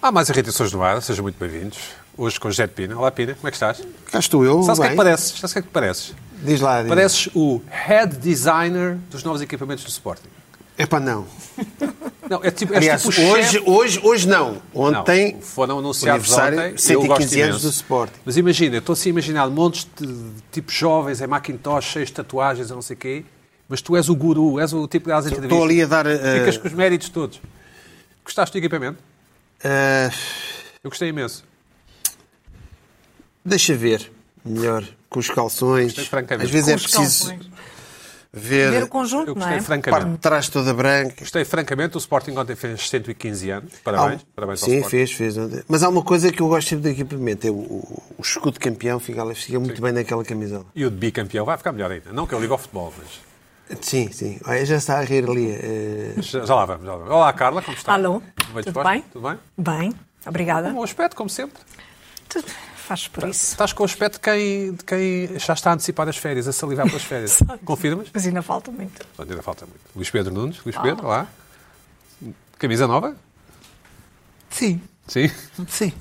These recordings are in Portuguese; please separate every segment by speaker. Speaker 1: Há mais irritações no ar, sejam muito bem-vindos. Hoje com José de Pina. Olá, Pina, como é que estás?
Speaker 2: Cá estou eu.
Speaker 1: Sabes o que é que
Speaker 2: bem. Hum.
Speaker 1: pareces? Sabes o que é que pareces?
Speaker 2: Diz lá. diz.
Speaker 1: Pareces o head designer dos novos equipamentos do Sporting.
Speaker 2: Epá, não.
Speaker 1: Não, é tipo, és
Speaker 2: Aliás,
Speaker 1: tipo o
Speaker 2: hoje,
Speaker 1: chefe-
Speaker 2: hoje, hoje não. Ontem
Speaker 1: Não, foram anunciados
Speaker 2: aniversário,
Speaker 1: ontem. e eu
Speaker 2: 115
Speaker 1: gosto
Speaker 2: anos
Speaker 1: imenso.
Speaker 2: do Sporting.
Speaker 1: Mas imagina, eu estou assim a imaginar montes de, de tipos jovens em Macintosh, cheios de tatuagens, eu não sei o quê, mas tu és o guru, és o tipo que dá as entrevistas.
Speaker 2: estou ali a dar. eh,
Speaker 1: Ficas com os méritos todos. Gostaste do equipamento?
Speaker 2: eh,
Speaker 1: Eu gostei imenso.
Speaker 2: deixa ver. Melhor. Com os calções.
Speaker 1: Gostei, francamente.
Speaker 2: Às vezes
Speaker 3: Com
Speaker 2: é
Speaker 3: os
Speaker 2: preciso
Speaker 3: calções. Ver
Speaker 2: ver
Speaker 3: o conjunto,
Speaker 1: Eu
Speaker 3: não
Speaker 1: gostei
Speaker 3: é?
Speaker 2: a parte
Speaker 1: francamente.
Speaker 2: de trás toda branca.
Speaker 1: Gostei francamente. O Sporting ontem fez 115 anos. Parabéns.
Speaker 2: Há um-
Speaker 1: Parabéns ao
Speaker 2: Sim,
Speaker 1: Sporting.
Speaker 2: fez, fez. ontem. Mas há uma coisa que eu gosto sempre do equipamento: é o, o, o escudo campeão fica, ali- fica muito bem naquela camisola.
Speaker 1: E o de bicampeão vai ficar melhor ainda. Não que eu ligo ao futebol, mas
Speaker 2: Sim, sim. Olha, já está a rir ali. eh,
Speaker 1: mas já, já lá vamos. já lá vamos. Olá, Carla, como está?
Speaker 3: Alô, tudo
Speaker 1: disposta?
Speaker 3: bem?
Speaker 1: Tudo bem?
Speaker 3: Bem, obrigada.
Speaker 1: Um bom aspecto, como sempre.
Speaker 3: Tu fazes por isso.
Speaker 1: Estás com o aspecto de quem, de quem já está a antecipar as férias, a salivar pelas férias. Confirmas?
Speaker 3: Mas ainda falta muito.
Speaker 1: Pronto, ainda falta muito. Luís Pedro Nunes, Luís Pedro, olá. Camisa nova?
Speaker 4: Sim,
Speaker 1: Sim.
Speaker 4: sim.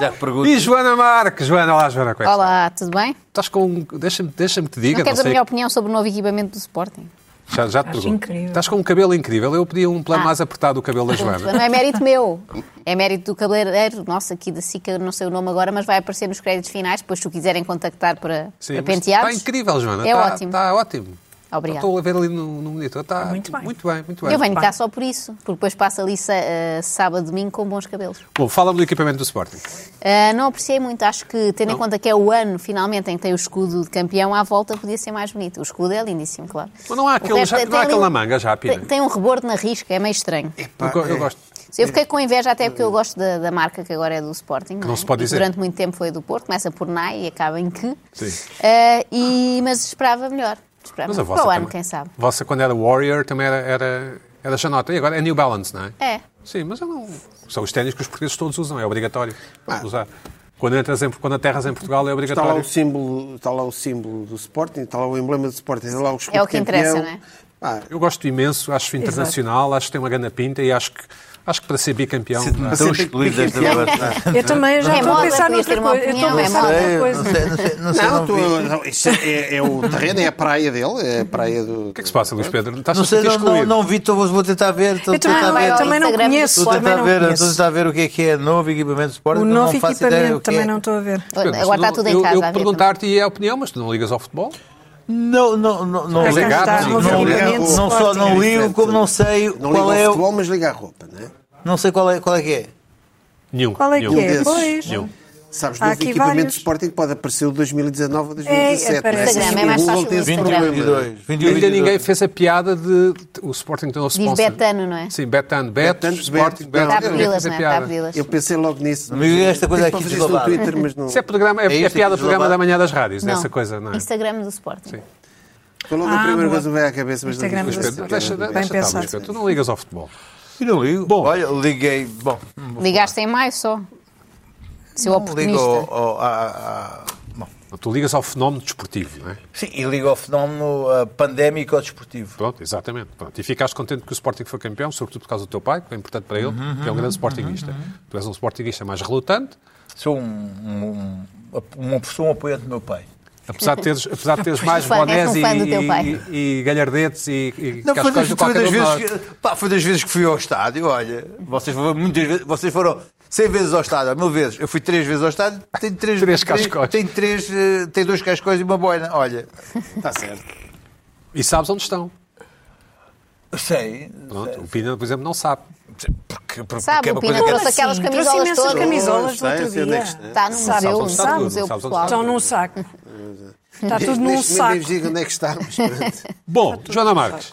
Speaker 5: Já te pergunto.
Speaker 1: E Joana Marques. Joana, olá, Joana. como é que está?
Speaker 6: Olá, tudo bem?
Speaker 1: Estás com um... Deixa-me deixa que te diga.
Speaker 6: não queres a
Speaker 1: sei-
Speaker 6: minha opinião sobre o novo equipamento do Sporting?
Speaker 1: Já, já te
Speaker 3: Acho
Speaker 1: pergunto.
Speaker 3: incrível.
Speaker 1: Estás com um cabelo incrível. Eu pedi um plano
Speaker 6: Ah.
Speaker 1: mais apertado do cabelo da
Speaker 6: Não
Speaker 1: Joana.
Speaker 6: é mérito meu, é mérito do cabeleireiro nosso aqui da SICA, não sei o nome agora, mas vai aparecer nos créditos finais, depois se o quiserem contactar para,
Speaker 1: Sim,
Speaker 6: para
Speaker 1: mas
Speaker 6: penteados.
Speaker 1: Está incrível, Joana. tá-
Speaker 6: É
Speaker 1: está,
Speaker 6: ótimo.
Speaker 1: Está ótimo.
Speaker 6: Obrigada.
Speaker 1: Estou a ver ali no, no monitor. Está
Speaker 3: Muito bem.
Speaker 1: Muito bem, muito bem.
Speaker 6: Eu venho
Speaker 3: Bem.
Speaker 6: cá só por isso, porque depois passo ali sa- eh, sábado, domingo com bons cabelos.
Speaker 1: Bom, fala-me do equipamento do Sporting.
Speaker 6: Ah, não apreciei muito, acho que tendo em conta que é o ano finalmente em que tem o escudo de campeão, à volta podia ser mais bonito. O escudo é lindíssimo, claro.
Speaker 1: Mas não há
Speaker 6: O
Speaker 1: aquele,
Speaker 6: resto
Speaker 1: já,
Speaker 6: é-
Speaker 1: não
Speaker 6: tem
Speaker 1: há
Speaker 6: ali
Speaker 1: aquele
Speaker 6: um-
Speaker 1: na manga, já, Pina.
Speaker 6: Tem, tem um rebordo na risca, é meio estranho.
Speaker 1: Eu, go- eu
Speaker 6: é.
Speaker 1: gosto.
Speaker 6: Eu fiquei com inveja até porque eu gosto da, da marca que agora é do Sporting.
Speaker 1: não
Speaker 6: é?
Speaker 1: se pode
Speaker 6: E
Speaker 1: dizer.
Speaker 6: Durante muito tempo foi do Porto, começa por Nai e acaba em que.
Speaker 1: Sim.
Speaker 6: Eh, e, mas esperava melhor. Esperava
Speaker 1: Mas a
Speaker 6: melhor.
Speaker 1: vossa
Speaker 6: Para o ano,
Speaker 1: também-
Speaker 6: quem sabe.
Speaker 1: A vossa, quando era Warrior, também era, era, era Janota. E agora é New Balance, não é?
Speaker 6: É.
Speaker 1: Sim, mas eu não... são os ténis que os portugueses todos usam. É obrigatório
Speaker 6: Ah.
Speaker 1: usar. Quando, entras em, quando aterras em Portugal, é
Speaker 2: Está lá,
Speaker 1: obrigatório.
Speaker 2: o símbolo, está lá o símbolo do Sporting, está lá o emblema do Sporting, está lá o escudo
Speaker 6: É o que interessa,
Speaker 2: campeão.
Speaker 6: não é?
Speaker 2: Pá,
Speaker 1: Eu gosto imenso, acho internacional, acho que tem uma grande pinta e acho que, acho que para ser bicampeão. é
Speaker 5: Estão excluídos desta conversa.
Speaker 3: Eu também já
Speaker 6: É
Speaker 3: estou a
Speaker 6: moda,
Speaker 3: pensar
Speaker 6: podias
Speaker 3: noutra
Speaker 6: ter uma
Speaker 3: coisa. Eu estou a
Speaker 6: opinião, é
Speaker 3: pensar
Speaker 6: moda.
Speaker 3: noutra
Speaker 5: Eu
Speaker 3: coisa.
Speaker 5: Não sei, não sei, não sei.
Speaker 2: Não,
Speaker 5: Não,
Speaker 2: tu,
Speaker 5: vi.
Speaker 2: não, isto é, é o terreno, é a praia dele, é a praia do.
Speaker 1: O que é que se passa, Luís Pedro? Estás
Speaker 5: Não sei,
Speaker 1: a
Speaker 5: não,
Speaker 1: sentir
Speaker 5: não,
Speaker 1: excluído?
Speaker 5: não vi, então vou vou tentar ver. Estou
Speaker 3: Eu
Speaker 5: estou a
Speaker 3: também,
Speaker 5: tentar
Speaker 6: vai
Speaker 3: eu
Speaker 5: ver.
Speaker 6: ao
Speaker 3: também não
Speaker 6: é Instagram do
Speaker 3: conheço.
Speaker 5: Estou a
Speaker 3: também
Speaker 5: tentar
Speaker 3: não
Speaker 5: ver, estou a
Speaker 3: conheço.
Speaker 5: tentar ver o que é que é novo equipamento de Sporting.
Speaker 3: O
Speaker 5: não
Speaker 3: novo
Speaker 5: faço ideia o
Speaker 3: equipamento
Speaker 5: que é.
Speaker 3: também não estou a ver.
Speaker 1: Pedro,
Speaker 6: Agora está
Speaker 1: não-
Speaker 6: tudo em
Speaker 1: eu,
Speaker 6: casa.
Speaker 1: Eu
Speaker 6: a ver
Speaker 1: perguntar-te é a opinião, mas tu não ligas ao futebol?
Speaker 5: Não, não, não, não,
Speaker 3: Cá
Speaker 1: ligado,
Speaker 3: está,
Speaker 1: sim,
Speaker 3: novo
Speaker 5: não,
Speaker 2: ligado.
Speaker 3: equipamento
Speaker 2: Não
Speaker 5: não só
Speaker 3: Sporting.
Speaker 5: não ligo, como não sei
Speaker 2: Não
Speaker 5: qual
Speaker 2: liga
Speaker 5: é
Speaker 2: ao
Speaker 5: o.
Speaker 2: futebol, mas liga à roupa, não é?
Speaker 5: Não sei qual é, qual é que é.
Speaker 1: Nenhum.
Speaker 3: Qual é
Speaker 1: nenhum.
Speaker 3: que é?
Speaker 2: desses.
Speaker 3: Pois.
Speaker 1: Nenhum.
Speaker 2: Sabes,
Speaker 3: Há
Speaker 2: novo
Speaker 3: aqui
Speaker 2: equipamento
Speaker 3: vários.
Speaker 2: do Sporting pode aparecer o 2019 ou 2017.
Speaker 3: É, aparece.
Speaker 2: não
Speaker 6: Instagram, é mais
Speaker 2: O Google
Speaker 6: fácil
Speaker 2: tem
Speaker 6: no
Speaker 2: esse
Speaker 5: 21,
Speaker 6: Instagram.
Speaker 2: problema.
Speaker 5: 22. 21,
Speaker 1: Ainda ninguém
Speaker 5: 22.
Speaker 1: fez a piada de. de- O Sporting tem um sponsor.
Speaker 6: Betano, não é?
Speaker 1: Sim, Betano. Beto,
Speaker 2: Betano,
Speaker 1: Sporting, Beto.
Speaker 2: Beto, Beto.
Speaker 6: Está a
Speaker 2: Eu
Speaker 1: Ninguém fez
Speaker 6: pedi-las,
Speaker 1: a
Speaker 6: não é? Está a
Speaker 1: piada.
Speaker 6: pedi-las.
Speaker 2: Eu pensei logo nisso.
Speaker 5: Amigo, e esta coisa
Speaker 2: Tentei
Speaker 5: aqui
Speaker 2: fazer isso no
Speaker 5: deslavada.
Speaker 2: Twitter, mas não.
Speaker 1: Isso é, programa, é,
Speaker 5: É isto
Speaker 1: é
Speaker 5: aqui
Speaker 1: piada do
Speaker 5: do
Speaker 1: programa
Speaker 5: Lobato?
Speaker 1: da manhã das rádios,
Speaker 6: Não.
Speaker 1: essa coisa, não é?
Speaker 6: Instagram do Sporting.
Speaker 1: Sim.
Speaker 2: Foi logo
Speaker 3: Ah,
Speaker 2: a primeira
Speaker 3: boa.
Speaker 2: coisa que veio à cabeça, mas
Speaker 3: Instagram
Speaker 2: não
Speaker 6: é
Speaker 3: do
Speaker 1: Pedro,
Speaker 3: Bem
Speaker 1: deixa, deixa estar,
Speaker 3: pensado.
Speaker 1: Luís Pedro, tu não ligas ao futebol.
Speaker 5: E não ligo.
Speaker 1: Bom.
Speaker 5: Olha, liguei. Bom,
Speaker 6: Ligaste em maio só. Seu
Speaker 5: não ligo
Speaker 6: oportunista.
Speaker 5: ao- ao- à- à- bom.
Speaker 1: Tu ligas ao fenómeno desportivo, não é?
Speaker 5: Sim, e ligo ao fenómeno ah, pandémico ou desportivo.
Speaker 1: Pronto, exatamente. Pronto. E ficaste contente que o Sporting foi campeão, sobretudo por causa do teu pai, que é importante para ele, que é um grande Sportingista. Tu és um Sportingista mais relutante,
Speaker 5: Sou um, um, um, um, sou um apoiante do meu pai.
Speaker 1: apesar de teres, apesar de teres mais
Speaker 6: um fã, és
Speaker 1: bonés
Speaker 6: um
Speaker 1: e,
Speaker 6: fã do teu pai.
Speaker 1: e, e galhardetes e, e
Speaker 5: Não, foi
Speaker 1: cascóis
Speaker 5: das,
Speaker 1: de
Speaker 5: foi
Speaker 1: qualquer
Speaker 5: das
Speaker 1: um de nós.
Speaker 5: vezes que, pá, foi das vezes que fui ao estádio, olha, vocês foram muitas vezes, vocês foram 100 vezes ao estádio, mil vezes, eu fui três vezes ao estádio, tenho três,
Speaker 1: Três cascóis.
Speaker 5: Tenho três, eh, tenho dois cascóis e uma boina, olha.
Speaker 2: Está certo.
Speaker 1: E sabes onde estão.
Speaker 5: Eu Sei,
Speaker 1: Pronto, o Pina, por exemplo, não sabe.
Speaker 5: porque, porque
Speaker 6: Sabe,
Speaker 5: é
Speaker 6: o
Speaker 5: uma
Speaker 6: Pina
Speaker 5: coisa que
Speaker 6: trouxe
Speaker 5: é-
Speaker 6: aquelas
Speaker 3: Sim, trouxe
Speaker 6: camisolas
Speaker 3: imensas
Speaker 6: todas.
Speaker 3: camisolas. Camisolas do
Speaker 2: Está,
Speaker 3: outro
Speaker 2: esse é
Speaker 3: dia.
Speaker 2: next, né?
Speaker 6: Está no
Speaker 3: Sabe,
Speaker 6: museu,
Speaker 1: onde
Speaker 6: não
Speaker 1: está
Speaker 6: sabe?
Speaker 1: tudo,
Speaker 6: Museu
Speaker 1: sabes onde está
Speaker 6: Pessoal.
Speaker 3: Estão num saco. Está tudo
Speaker 2: Neste
Speaker 3: num
Speaker 2: momento nem
Speaker 3: saco.
Speaker 2: vos digo onde é que está, mas pronto.
Speaker 1: Bom, Joana Marques,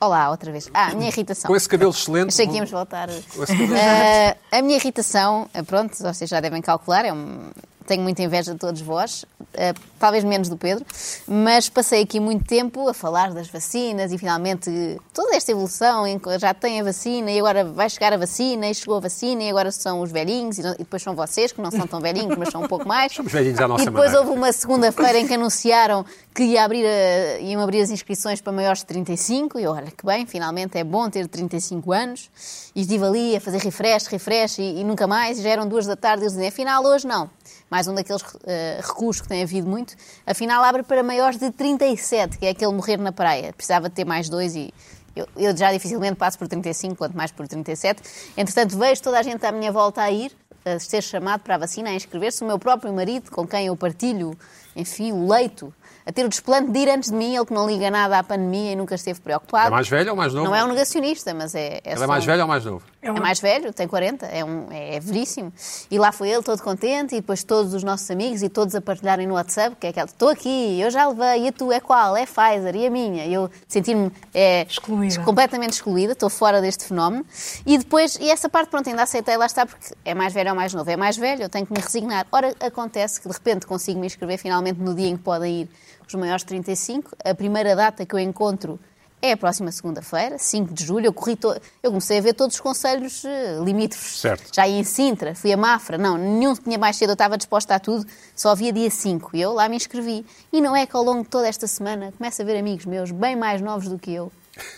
Speaker 6: Olá, outra vez. Ah, a minha irritação.
Speaker 1: com esse cabelo excelente.
Speaker 6: Achei que íamos voltar.
Speaker 1: esse-
Speaker 6: Ah, a minha irritação, ah, pronto, vocês já devem calcular, é um- tenho muita inveja de todos vós, eh, talvez menos do Pedro, mas passei aqui muito tempo a falar das vacinas e finalmente toda esta evolução em que já tem a vacina e agora vai chegar a vacina e chegou a vacina e agora são os velhinhos e, não- e depois são vocês que não são tão velhinhos, mas são um pouco mais.
Speaker 1: Somos velhinhos à nossa
Speaker 6: E depois
Speaker 1: maneira.
Speaker 6: houve uma segunda-feira em que anunciaram que ia abrir a- iam abrir as inscrições para maiores de 35 e eu, olha que bem, finalmente é bom ter 35 anos e estive ali a fazer refresh, refresh e, e nunca mais, e já eram duas da tarde e eles dizem, afinal hoje não. Mais um daqueles eh, recuos que tem havido muito. Afinal abre para maiores de 37, que é aquele morrer na praia. Precisava de ter mais dois e eu, eu já dificilmente passo por 35, quanto mais por 37. Entretanto, vejo toda a gente à minha volta a ir, a ser chamado para a vacina, a inscrever-se. O meu próprio marido, com quem eu partilho, enfim, o leito, a ter o desplante de ir antes de mim, ele que não liga nada à pandemia e nunca esteve preocupado.
Speaker 1: É mais velho ou mais novo?
Speaker 6: Não é um negacionista, mas é. é
Speaker 1: Ela
Speaker 6: só
Speaker 1: é mais
Speaker 6: um-
Speaker 1: velha ou mais novo?
Speaker 6: é mais velho, tem 40, é, um, é, é veríssimo. E lá foi ele todo contente, e depois todos os nossos amigos e todos a partilharem no WhatsApp, que é aquela, estou aqui, eu já levei, e a tu, é qual? É Pfizer, e a minha? E Eu senti-me é,
Speaker 3: Excluída.
Speaker 6: completamente excluída, estou fora deste fenómeno. E depois, e essa parte, pronto, ainda aceitei, lá está, porque é mais velho ou mais novo, é mais velho, eu tenho que me resignar. Ora, acontece que de repente consigo me inscrever finalmente no dia em que podem ir os maiores 35, a primeira data que eu encontro é a próxima segunda-feira, 5 de julho. Eu, corri to- eu comecei a ver todos os conselhos eh, limítrofes.
Speaker 1: Certo.
Speaker 6: Já ia em Sintra, fui a Mafra, não, nenhum tinha mais cedo, eu estava disposta a tudo, só havia dia 5 e eu lá me inscrevi. E não é que ao longo de toda esta semana começo a ver amigos meus bem mais novos do que eu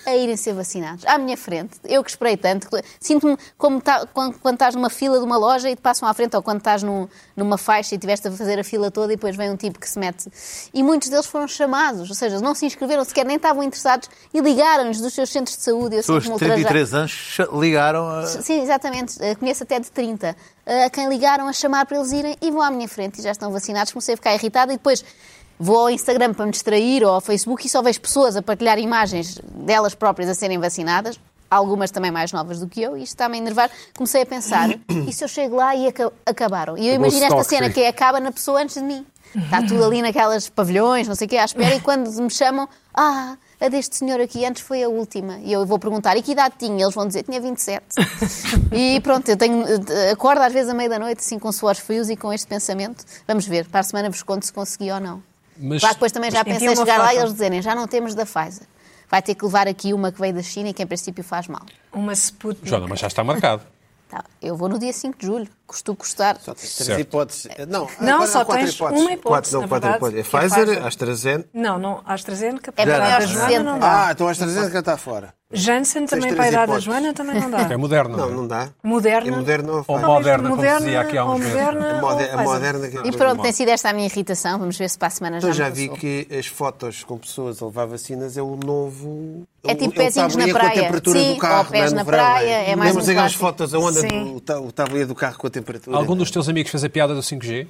Speaker 6: a irem ser vacinados, à minha frente. Eu que esperei tanto, sinto-me como ta- quando, quando estás numa fila de uma loja e te passam à frente, ou quando estás num- numa faixa e tiveste a fazer a fila toda e depois vem um tipo que se mete. E muitos deles foram chamados, ou seja, não se inscreveram sequer, nem estavam interessados e ligaram-nos dos seus centros de saúde. Eu
Speaker 5: Pessoas de
Speaker 6: sinto-me ultrajada.
Speaker 5: 33 anos ch- ligaram a.
Speaker 6: Sim, exatamente. Eh, Conheço até de 30. eh, A quem ligaram a chamar para eles irem e vão à minha frente e já estão vacinados. Comecei a ficar irritada e depois vou ao Instagram para me distrair ou ao Facebook e só vejo pessoas a partilhar imagens delas próprias a serem vacinadas. Algumas também mais novas do que eu, e isto está-me a enervar. Comecei a pensar, e se eu chego lá e aca- acabaram? E eu
Speaker 1: Acabou o
Speaker 6: imagino esta
Speaker 1: stock,
Speaker 6: cena
Speaker 1: sim.
Speaker 6: que é acaba na pessoa antes de mim. Está tudo ali naquelas pavilhões, não sei o quê, à espera, e quando me chamam, ah, a deste senhor aqui antes foi a última. E eu vou perguntar, e que idade tinha? Eles vão dizer, tinha 27. e pronto, eu tenho, eh, acordo às vezes à meia-da-noite, assim, com suores frios e com este pensamento. Vamos ver, para a semana vos conto se consegui ou não.
Speaker 1: Mas-
Speaker 6: Claro que depois também já
Speaker 3: Envia
Speaker 6: pensei
Speaker 3: uma
Speaker 6: em chegar lá e
Speaker 3: foto.
Speaker 6: eles dizerem, já não temos da Pfizer. Vai ter que levar aqui uma que veio da China e que em princípio faz mal.
Speaker 3: Uma Sputnik.
Speaker 1: Joana, mas já está marcado.
Speaker 6: Tá, eu vou no dia 5 de julho, custou custar.
Speaker 2: Só Então, tens três
Speaker 1: Certo.
Speaker 2: hipóteses. Eh, Não,
Speaker 3: Não,
Speaker 2: agora
Speaker 3: só
Speaker 2: há quatro
Speaker 3: tens
Speaker 2: hipóteses.
Speaker 3: uma hipótese,
Speaker 2: Quatro, não,
Speaker 3: na
Speaker 2: quatro
Speaker 3: verdade,
Speaker 2: hipóteses.
Speaker 3: que
Speaker 2: É
Speaker 3: é
Speaker 2: Pfizer,
Speaker 3: Pfizer.
Speaker 2: AstraZeneira.
Speaker 3: Não, não, AstraZeneca, para
Speaker 6: É
Speaker 3: a
Speaker 6: para
Speaker 3: idade da
Speaker 6: maiores de
Speaker 3: Joana
Speaker 6: 60.
Speaker 3: não dá.
Speaker 2: Ah, então a AstraZeneca está fora.
Speaker 3: Janssen
Speaker 2: três
Speaker 3: também para a idade da
Speaker 2: hipóteses.
Speaker 3: Joana também não dá.
Speaker 1: É moderno.
Speaker 2: Não, não dá.
Speaker 3: Moderna.
Speaker 2: É Moderna ou
Speaker 1: Ou
Speaker 2: Pfizer?
Speaker 1: mo-
Speaker 3: Talvez
Speaker 1: Moderna, como se
Speaker 3: Moderna,
Speaker 1: dizia aqui há uns
Speaker 3: ou
Speaker 1: meses.
Speaker 3: moderna,
Speaker 2: A
Speaker 3: ou
Speaker 2: moder- a
Speaker 3: Pfizer.
Speaker 2: moderna que é
Speaker 6: um- E
Speaker 2: coisa
Speaker 6: pronto,
Speaker 2: mal.
Speaker 6: tem sido esta a minha irritação. Vamos ver se para a semana já
Speaker 2: Então já
Speaker 6: me
Speaker 2: vi
Speaker 6: passou.
Speaker 2: que as fotos com pessoas a levar vacinas é o novo.
Speaker 6: É tipo
Speaker 2: o- o
Speaker 6: pezinhos na
Speaker 2: tabuleiro com
Speaker 6: praia.
Speaker 2: a temperatura
Speaker 6: Sim,
Speaker 2: do carro,
Speaker 6: ou pés
Speaker 2: né, no
Speaker 6: na
Speaker 2: verão,
Speaker 6: praia,
Speaker 2: né?
Speaker 6: é mais um
Speaker 2: Lembras aquelas
Speaker 6: clássico.
Speaker 2: fotos, a onda
Speaker 3: Sim.
Speaker 2: do ta- o tabuleiro do carro com a temperatura.
Speaker 1: Algum dos teus amigos fez a piada do 5G?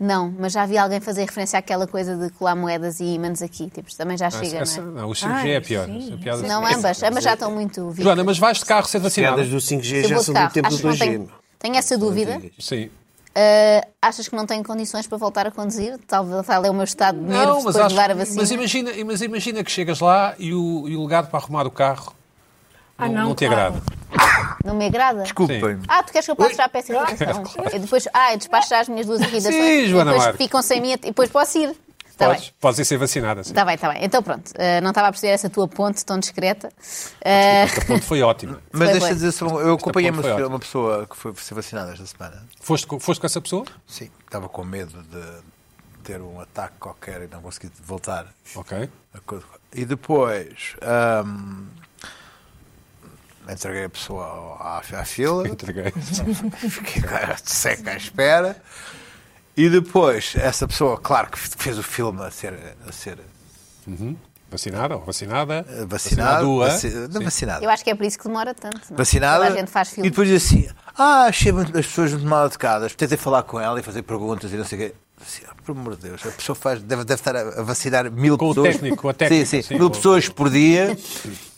Speaker 6: Não, mas já vi alguém fazer referência àquela coisa de colar moedas e ímãs aqui. Tipo, também já
Speaker 1: Ah,
Speaker 6: chega,
Speaker 1: essa-
Speaker 6: não
Speaker 1: não, o 5G
Speaker 3: Ah,
Speaker 1: é a pior.
Speaker 3: sim.
Speaker 1: A piada
Speaker 6: é?
Speaker 1: do
Speaker 6: Não
Speaker 1: 5G.
Speaker 6: ambas, ambas já estão muito vivas.
Speaker 1: Joana, mas vais de carro ser vacinada?
Speaker 2: Piadas do 5G
Speaker 6: Eu
Speaker 2: já
Speaker 6: vou de
Speaker 2: são
Speaker 6: carro.
Speaker 2: do tempo do
Speaker 6: Acho que não
Speaker 2: 2G.
Speaker 6: tenho, tenho essa dúvida.
Speaker 1: Sim.
Speaker 6: Ah, achas que não tenho condições para voltar a conduzir? Talvez tal é o meu estado de nervos
Speaker 1: Não,
Speaker 6: depois
Speaker 1: mas, acho,
Speaker 6: de assim. levar a vacina.
Speaker 1: mas, imagina, mas imagina que chegas lá e o, e o lugar para arrumar o carro
Speaker 3: Ah,
Speaker 1: não,
Speaker 3: não,
Speaker 1: não te
Speaker 3: claro.
Speaker 1: agrada.
Speaker 6: Não me agrada?
Speaker 5: Desculpem-me.
Speaker 6: Ah, tu queres que eu passe já a peça irritação? e depois, ah, eu despacho já as minhas duas irritações.
Speaker 1: Sim, Joana
Speaker 6: e depois
Speaker 1: Marques.
Speaker 6: ficam sem mim e depois posso ir. Tá bem.
Speaker 1: Podes, podes ir ser vacinada. Sim.
Speaker 6: Está bem, está bem. Então pronto, eh, não estava a perceber essa tua ponte tão discreta. Eh,
Speaker 1: Esta ponte Então, foi ótima.
Speaker 6: Foi
Speaker 5: Mas deixa
Speaker 6: bem.
Speaker 5: eu dizer só uma- Eu acompanhei uma,
Speaker 1: ponto foi ótimo.
Speaker 5: uma pessoa que foi ser vacinada esta semana.
Speaker 1: Foste, com- foste com essa pessoa?
Speaker 5: Sim. Estava com medo de ter um ataque qualquer e não conseguir voltar.
Speaker 1: Ok.
Speaker 5: A coisa- E depois. ahm, entreguei a pessoa ao- à, à fila.
Speaker 1: Entreguei.
Speaker 5: Fiquei agora seca à espera. E depois, essa pessoa, claro que fez o filme a ser, a ser
Speaker 1: Vacinada ou vacinada?
Speaker 5: eh, vacinado.
Speaker 1: Vacinadua.
Speaker 5: vaci- não,
Speaker 1: é? Sim.
Speaker 5: vacinado.
Speaker 6: eu acho que é por isso que demora tanto. não?
Speaker 5: vacinada.
Speaker 6: Toda a gente faz filme.
Speaker 5: E depois diz assim: Ah, achei muito- as pessoas muito mal educadas. Tentei falar com ela e fazer perguntas e não sei o quê. Assim, ah, por amor de Deus, a pessoa faz, deve, deve estar a a vacinar mil
Speaker 1: Com o
Speaker 5: pessoas.
Speaker 1: técnico, com a técnica,
Speaker 5: Sim, sim,
Speaker 1: sim,
Speaker 5: mil
Speaker 1: com-
Speaker 5: pessoas por dia.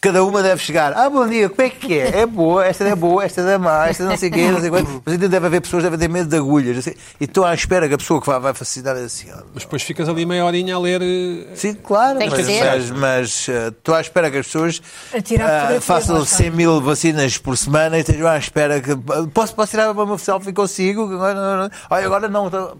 Speaker 5: Cada uma deve chegar. Ah, bom dia, como é que é? É boa, esta é boa, esta é má, esta não sei o quê, não sei quanto. Mas ainda deve haver pessoas que devem ter medo de agulhas. assim. E estou à espera que a pessoa que vai, vai vacinar é assim. ó,
Speaker 1: Mas depois ficas ali meia horinha a ler. eh,
Speaker 5: Sim, claro,
Speaker 6: Tem que
Speaker 5: mas,
Speaker 6: ser.
Speaker 5: mas, mas, eh, estou à espera que as pessoas
Speaker 3: A tirar
Speaker 5: eh,
Speaker 3: fotografias, lá
Speaker 5: façam
Speaker 3: está.
Speaker 5: 100 mil vacinas por semana e estejam à espera que. Posso, posso tirar uma selfie consigo? Agora não- não- Olha, agora não. estou-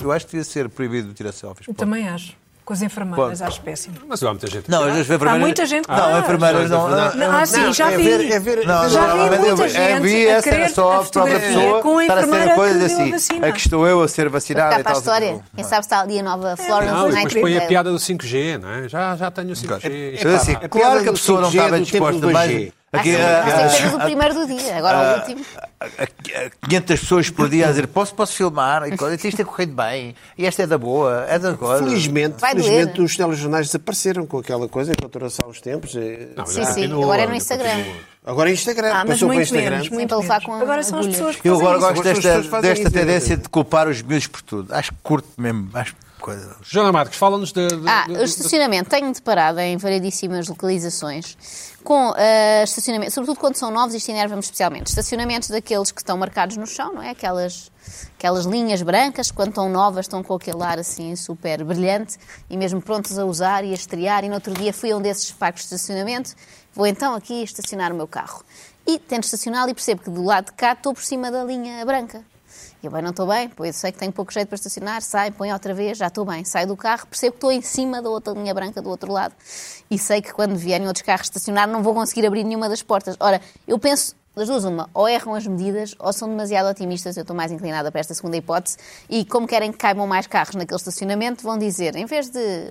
Speaker 5: Eu acho que devia ser proibido tirar selfies.
Speaker 3: Eu
Speaker 5: Ponto.
Speaker 3: também acho. Com as enfermeiras,
Speaker 5: Pode.
Speaker 3: acho péssimo.
Speaker 1: Mas há muita gente.
Speaker 5: Não, as enfermeiras...
Speaker 3: muita gente que
Speaker 5: Não,
Speaker 3: faz.
Speaker 5: enfermeiras não... não-
Speaker 3: Não, ah, sim, já
Speaker 2: é
Speaker 3: vi.
Speaker 2: ver- é ver-
Speaker 5: Não,
Speaker 3: já vi
Speaker 5: normalmente
Speaker 3: muita
Speaker 5: eu-
Speaker 3: gente
Speaker 5: eu vi
Speaker 3: a
Speaker 5: essa
Speaker 3: querer
Speaker 5: era só
Speaker 3: a
Speaker 5: a própria
Speaker 3: fotografia
Speaker 5: pessoa
Speaker 3: com a
Speaker 5: estar a
Speaker 3: enfermeira
Speaker 5: ser coisas
Speaker 3: que deu a
Speaker 5: assim.
Speaker 3: vacina.
Speaker 5: É que estou eu a ser vacinado
Speaker 6: Ficar
Speaker 5: e
Speaker 6: para a
Speaker 5: tal. tipo,
Speaker 6: história. Quem sabe está ali a nova Florence
Speaker 1: Não, e depois põe a
Speaker 6: Nightingale.
Speaker 1: piada do 5G, não é? Já, já tenho o 5G.
Speaker 5: Eu assim,
Speaker 1: Epá, é
Speaker 5: claro que a
Speaker 2: do
Speaker 5: pessoa não
Speaker 2: 5G
Speaker 5: estava
Speaker 2: do tempo
Speaker 5: disposta,
Speaker 2: do
Speaker 5: mas...
Speaker 2: 2G.
Speaker 5: Aqui,
Speaker 6: Ah, sim,
Speaker 5: ah,
Speaker 6: Não sei que sejas o primeiro do dia, agora o último.
Speaker 5: a- a- a 500 pessoas por dia a dizer posso, posso filmar e coisa, isto é correndo bem, e esta é da boa, é da coisa.
Speaker 2: Felizmente,
Speaker 6: Vai doer.
Speaker 2: felizmente os telejornais desapareceram com aquela coisa que eu trouxe há uns tempos. eh,
Speaker 1: não,
Speaker 6: Sim,
Speaker 1: já
Speaker 6: sim,
Speaker 1: continua,
Speaker 6: agora é no
Speaker 1: já
Speaker 6: Instagram.
Speaker 1: continua.
Speaker 2: Agora é Instagram,
Speaker 3: Ah, mas
Speaker 2: passou para
Speaker 3: muito
Speaker 2: Instagram.
Speaker 3: menos, muito
Speaker 6: Sempre a levar
Speaker 3: menos.
Speaker 6: com
Speaker 3: Agora são as
Speaker 6: agulhas.
Speaker 3: pessoas que
Speaker 5: Eu agora
Speaker 3: fazem isso.
Speaker 5: gosto
Speaker 2: Agora as
Speaker 5: desta,
Speaker 2: pessoas fazem
Speaker 5: desta
Speaker 2: isso, é
Speaker 5: tendência
Speaker 2: verdade.
Speaker 5: de culpar os miúdos por tudo. Acho que curto mesmo, acho que
Speaker 3: Um
Speaker 5: coisa.
Speaker 1: Joana Marques, fala-nos de, de-
Speaker 6: Ah,
Speaker 1: de-
Speaker 6: o estacionamento. Tenho deparado em variedíssimas localizações com ah, estacionamento, sobretudo quando são novos, isto enerva-me especialmente. Estacionamentos daqueles que estão marcados no chão, não é? Aquelas, aquelas linhas brancas, quando estão novas, estão com aquele ar assim super brilhante e mesmo prontos a usar e a estrear. E no outro dia fui a um desses parques de estacionamento, vou então aqui estacionar o meu carro. E tento estacionar e percebo que do lado de cá estou por cima da linha branca. E eu, bem, não estou bem, pois sei que tenho pouco jeito para estacionar, sai, põe outra vez, já estou bem. Saio do carro, percebo que estou em cima da outra linha branca do outro lado. E sei que quando vierem outros carros estacionar, não vou conseguir abrir nenhuma das portas. Ora, eu penso das duas uma, ou erram as medidas, ou são demasiado otimistas, eu estou mais inclinada para esta segunda hipótese, e como querem que caibam mais carros naquele estacionamento, vão dizer, em vez de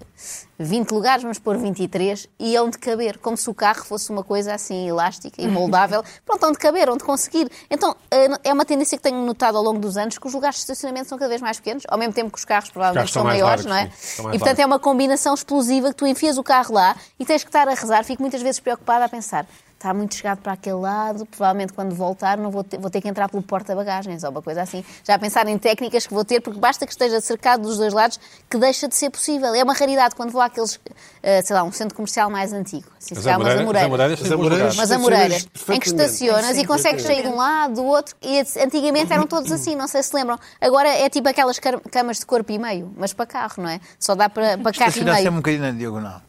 Speaker 6: 20 lugares, vamos pôr 23, e onde caber, como se o carro fosse uma coisa assim elástica e moldável, pronto, onde caber, onde conseguir. Então, eh, é uma tendência que tenho notado ao longo dos anos, que os lugares de estacionamento são cada vez mais pequenos, ao mesmo tempo que os carros
Speaker 1: carros
Speaker 6: provavelmente
Speaker 1: estão
Speaker 6: são
Speaker 1: mais
Speaker 6: maiores,
Speaker 1: largos,
Speaker 6: não é?
Speaker 1: sim, estão mais
Speaker 6: E, portanto,
Speaker 1: largos.
Speaker 6: é uma combinação explosiva que tu enfias o carro lá e tens que estar a rezar. Fico muitas vezes preocupada a pensar. Está muito chegado para aquele lado, provavelmente quando voltar não vou ter, vou ter que entrar pelo porta-bagagens ou uma coisa assim. Já a pensar em técnicas que vou ter, porque basta que esteja cercado dos dois lados que deixa de ser possível. É uma raridade quando vou àqueles, eh, sei lá, um centro comercial mais antigo. Assim, se
Speaker 1: As
Speaker 6: calhar umas
Speaker 1: amoreiras- as
Speaker 6: amoreiras
Speaker 1: amoreiras têm bons
Speaker 2: amoreiras-
Speaker 1: lugares.
Speaker 2: Estacionas
Speaker 6: umas amoreiras, em que
Speaker 2: perfeitamente.
Speaker 6: estacionas e consegues sair de um lado, do outro. E antes- antigamente eram todos assim, não sei se lembram. Agora é tipo aquelas car- camas de corpo e meio, mas para carro, não é? Só dá para, para carro e
Speaker 5: Estacionar sempre um
Speaker 6: meio,
Speaker 5: bocadinho na diagonal.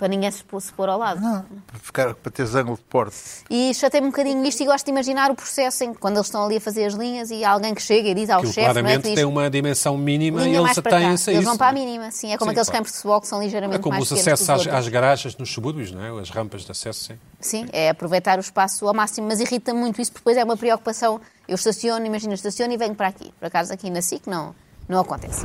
Speaker 6: para ninguém se pôr, se pôr ao lado.
Speaker 5: Não, para, ficar, para teres ângulo de porte.
Speaker 6: E chatei-me um bocadinho isto e gosto de imaginar o processo em que quando eles estão ali a fazer as linhas e há alguém que chega e diz ao
Speaker 1: Aquilo
Speaker 6: chefe, não é?
Speaker 1: claramente
Speaker 6: Que
Speaker 1: tem
Speaker 6: diz,
Speaker 1: uma dimensão mínima e
Speaker 6: linha
Speaker 1: eles
Speaker 6: mais para cá.
Speaker 1: atêm-se a isso.
Speaker 6: Eles vão para a
Speaker 1: não é?
Speaker 6: mínima, sim. É como
Speaker 1: Sim,
Speaker 6: aqueles
Speaker 1: claro.
Speaker 6: campos de futebol que são
Speaker 1: É
Speaker 6: ligeiramente
Speaker 1: como
Speaker 6: mais
Speaker 1: os
Speaker 6: pequenos
Speaker 1: acessos
Speaker 6: que os
Speaker 1: às,
Speaker 6: outros.
Speaker 1: às garagens nos subúrbios, não é? As rampas de acesso, sim.
Speaker 6: Sim, é aproveitar o espaço ao máximo, mas irrita muito isso, porque depois é uma preocupação. Eu estaciono, imagina, estaciono e venho para aqui. Por acaso aqui na SIC não, não acontece.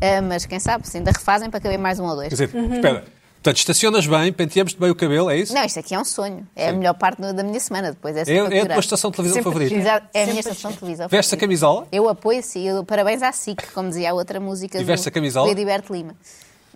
Speaker 6: Ah, mas quem sabe, se ainda refazem para caber mais um ou dois.
Speaker 1: Quer dizer, espera. Portanto, estacionas bem, penteamos-te bem o cabelo, é isso?
Speaker 6: Não, isto aqui é um sonho. É a melhor parte da minha semana depois. É,
Speaker 1: É,
Speaker 6: sempre
Speaker 1: é a tua
Speaker 6: aturar.
Speaker 1: estação de televisão
Speaker 3: Sempre
Speaker 1: favorita.
Speaker 3: gira.
Speaker 6: Exato, É a minha
Speaker 3: Sempre
Speaker 6: estação de televisão.
Speaker 1: Veste a
Speaker 6: favorita.
Speaker 1: camisola?
Speaker 6: Eu apoio, sim. Eu- parabéns à SIC, como dizia a outra música
Speaker 1: E veste a
Speaker 6: do,
Speaker 1: camisola?
Speaker 6: do Ediberto Lima.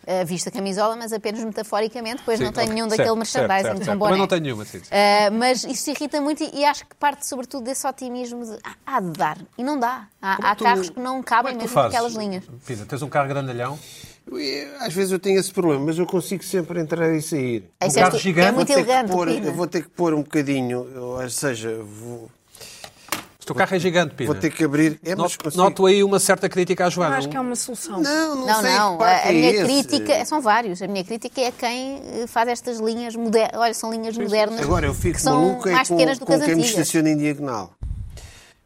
Speaker 6: Ah, visto a camisola, mas apenas metaforicamente, pois
Speaker 1: Sim,
Speaker 6: não tenho
Speaker 1: ok.
Speaker 6: nenhum
Speaker 1: Certo,
Speaker 6: daquele
Speaker 1: certo, certo,
Speaker 6: merchandising né?
Speaker 1: certo.
Speaker 6: com um boné.
Speaker 1: Também não tenho nenhuma, sim, sim.
Speaker 6: Uh, mas isso irrita muito e, e acho que parte sobretudo desse otimismo de ah, há de dar. E não dá.
Speaker 2: é
Speaker 6: Há, há
Speaker 1: tu-
Speaker 6: carros que não cabem
Speaker 1: Como é que tu
Speaker 6: mesmo
Speaker 1: fazes?
Speaker 6: naquelas linhas.
Speaker 1: Pina, tens um carro grandalhão.
Speaker 2: Eu, eh, Às vezes eu tenho esse problema, mas eu consigo sempre entrar e sair.
Speaker 6: É,
Speaker 1: carro gigante,
Speaker 6: é
Speaker 1: vou
Speaker 6: muito
Speaker 2: Vou ter que
Speaker 6: elegante.
Speaker 2: pôr-
Speaker 6: Pina.
Speaker 2: eu vou ter que pôr um bocadinho, ou seja, vou,
Speaker 1: O teu carro é gigante, Pina.
Speaker 2: vou ter que abrir. É, mas
Speaker 1: Noto,
Speaker 2: consigo.
Speaker 1: noto aí uma certa crítica à
Speaker 3: Eu
Speaker 1: Joana.
Speaker 3: acho que é uma solução.
Speaker 2: Não, não,
Speaker 6: Não,
Speaker 2: sei.
Speaker 6: não.
Speaker 2: que
Speaker 6: A,
Speaker 2: parque
Speaker 6: a
Speaker 2: é
Speaker 6: minha
Speaker 2: esse.
Speaker 6: crítica, são vários. A minha crítica é quem eh, faz estas linhas modernas. Olha, são linhas modernas
Speaker 2: Agora eu fico
Speaker 6: que são
Speaker 2: maluco é
Speaker 6: mais
Speaker 2: com,
Speaker 6: pequenas do que
Speaker 2: com
Speaker 6: as
Speaker 2: quem me
Speaker 6: antigas.
Speaker 2: estaciona em diagonal.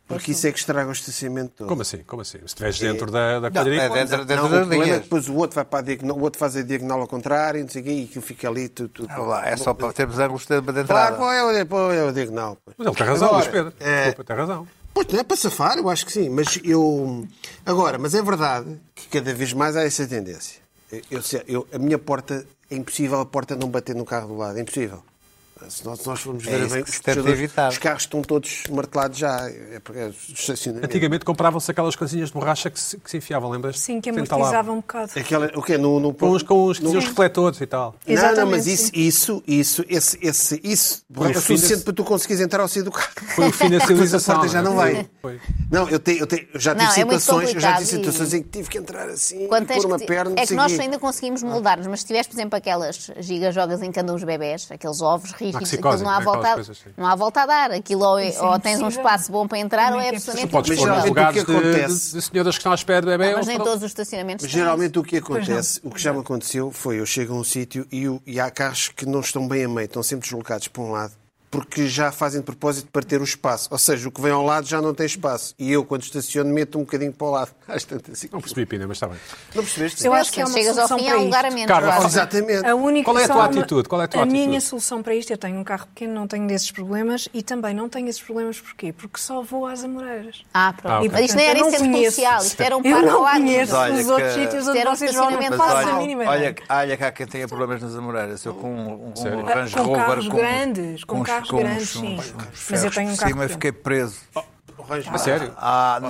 Speaker 2: Porque isso é que estraga o estacionamento todo.
Speaker 1: Como assim? Como assim? Se estiveres dentro da, da quadrícula.
Speaker 5: é dentro-
Speaker 2: É, Não,
Speaker 5: dentro
Speaker 2: o
Speaker 5: das
Speaker 2: problema é
Speaker 5: linhas.
Speaker 2: que depois o outro vai para a diagonal, o outro faz a diagonal ao contrário, não sei o quê, e que fica ali tudo. Tu,
Speaker 5: Ah lá, é só para termos ângulos de de
Speaker 2: Claro,
Speaker 5: entrada.
Speaker 2: qual é o, qual é o diagonal? pois.
Speaker 1: Mas ele tem razão,
Speaker 2: Agora,
Speaker 1: Luís Pedro.
Speaker 2: é,
Speaker 1: Desculpa, tem razão.
Speaker 2: Pois não é para safar, eu acho que sim. Mas eu. Agora, mas é verdade que cada vez mais há essa tendência. Eu- Eu, sei- eu- a minha porta. É impossível a porta não bater no carro do lado. É impossível. Se nós, se nós formos ver
Speaker 5: É isso
Speaker 2: bem,
Speaker 5: que
Speaker 2: os,
Speaker 5: se tenta
Speaker 2: puxadores-
Speaker 5: evitar.
Speaker 2: os carros estão todos martelados já. É, porque é os estacionamentos.
Speaker 1: Antigamente compravam-se aquelas coisinhas de borracha que se, que se enfiavam, lembras?
Speaker 3: Sim, que
Speaker 1: Sem
Speaker 3: amortizava
Speaker 1: talar.
Speaker 3: um bocado.
Speaker 2: Aquela, o quê? No, no,
Speaker 1: Com uns, com uns, que tinham os refletores e tal.
Speaker 2: Não, não, mas
Speaker 3: Exatamente,
Speaker 2: isso,
Speaker 3: sim.
Speaker 2: isso, isso, esse, esse, isso
Speaker 1: Pois,
Speaker 2: é o
Speaker 1: filhas-
Speaker 2: suficiente para tu conseguires entrar ou sair do carro.
Speaker 1: Foi o fim da civilização.
Speaker 2: A porta já não
Speaker 1: é?
Speaker 2: vai.
Speaker 1: Foi.
Speaker 2: Não, eu, tenho, eu, tenho, eu já tive
Speaker 6: Não, é muito
Speaker 2: situações, eu já tive
Speaker 6: complicado
Speaker 2: situações
Speaker 6: e-
Speaker 2: em que tive que entrar assim,
Speaker 6: Quando tens
Speaker 2: pôr uma
Speaker 6: que-
Speaker 2: perna, Ah.
Speaker 6: é que nós
Speaker 2: seguir.
Speaker 6: ainda conseguimos moldar-nos, mas se tivesse, por exemplo, aquelas gigajogas em que andam os bebés, aqueles ovos rígidos, aquilo
Speaker 1: Maxicose,
Speaker 6: não há,
Speaker 1: né?
Speaker 6: volta,
Speaker 1: Aquelas coisas assim.
Speaker 6: não há volta a dar. Aquilo ou,
Speaker 3: Isso é
Speaker 6: ou tens um
Speaker 3: impossível.
Speaker 6: espaço bom para entrar
Speaker 3: Como
Speaker 6: ou
Speaker 3: é
Speaker 6: é
Speaker 3: que é
Speaker 6: absolutamente
Speaker 3: possível?
Speaker 1: Podes pôr
Speaker 2: Mas
Speaker 1: os
Speaker 2: geralmente o que
Speaker 1: lugares de,
Speaker 2: acontece?
Speaker 1: de senhoras que estão à espera de bebê.
Speaker 6: Não, Ah, mas
Speaker 1: eles
Speaker 6: nem
Speaker 1: foram-
Speaker 6: todos os estacionamentos
Speaker 2: Mas
Speaker 6: têm
Speaker 2: geralmente o que acontece, o que já me aconteceu foi eu chego a um sítio e, o- e há carros que não estão bem a meio, estão sempre deslocados para um lado. porque já fazem de propósito para ter o espaço. Ou seja, o que vem ao lado já não tem espaço. E eu, quando estaciono, meto um bocadinho para o lado. Às tantas assim.
Speaker 1: Não percebi, Pina, mas está bem.
Speaker 2: Não percebeste?
Speaker 3: Eu acho que é
Speaker 6: Quando
Speaker 3: uma
Speaker 6: chegas ao
Speaker 3: solução
Speaker 6: fim,
Speaker 3: para
Speaker 6: há um
Speaker 3: isto.
Speaker 6: lugar a menos.
Speaker 1: Carla,
Speaker 6: eu acho.
Speaker 2: Exatamente.
Speaker 3: A única
Speaker 1: Qual é a tua
Speaker 3: só uma-
Speaker 1: atitude? Qual é a tua atitude?
Speaker 3: minha solução para isto, eu tenho um carro pequeno, não tenho desses problemas e também não tenho esses problemas porquê? Porque só vou às Amoreiras.
Speaker 6: Ah, pronto.
Speaker 1: Ah, ok.
Speaker 6: Mas isto não era
Speaker 3: Eu não
Speaker 6: incêndio
Speaker 3: conheço.
Speaker 6: policial, isto era um
Speaker 3: eu
Speaker 6: parque
Speaker 3: não
Speaker 6: ao ar
Speaker 3: conheço
Speaker 5: Mas olha
Speaker 3: os outros
Speaker 5: que-
Speaker 3: sítios
Speaker 6: Isto
Speaker 3: onde
Speaker 6: era um
Speaker 3: vocês vão, não
Speaker 6: estacionamento
Speaker 3: faço a
Speaker 6: normal.
Speaker 3: mínima
Speaker 5: olha,
Speaker 3: ideia.
Speaker 5: olha cá quem tenha problemas nas Amoreiras. Eu com um, um
Speaker 3: Ah,
Speaker 5: Range
Speaker 3: com
Speaker 5: Rover...
Speaker 3: carros
Speaker 5: com-
Speaker 3: grandes, com carros
Speaker 5: uns-
Speaker 3: grandes, sim.
Speaker 5: uns- uns
Speaker 3: Mas eu
Speaker 5: ferros
Speaker 3: tenho um
Speaker 5: por
Speaker 3: carro
Speaker 5: cima e
Speaker 3: pequeno.
Speaker 5: fiquei preso.
Speaker 1: A sério?
Speaker 5: Ah, na,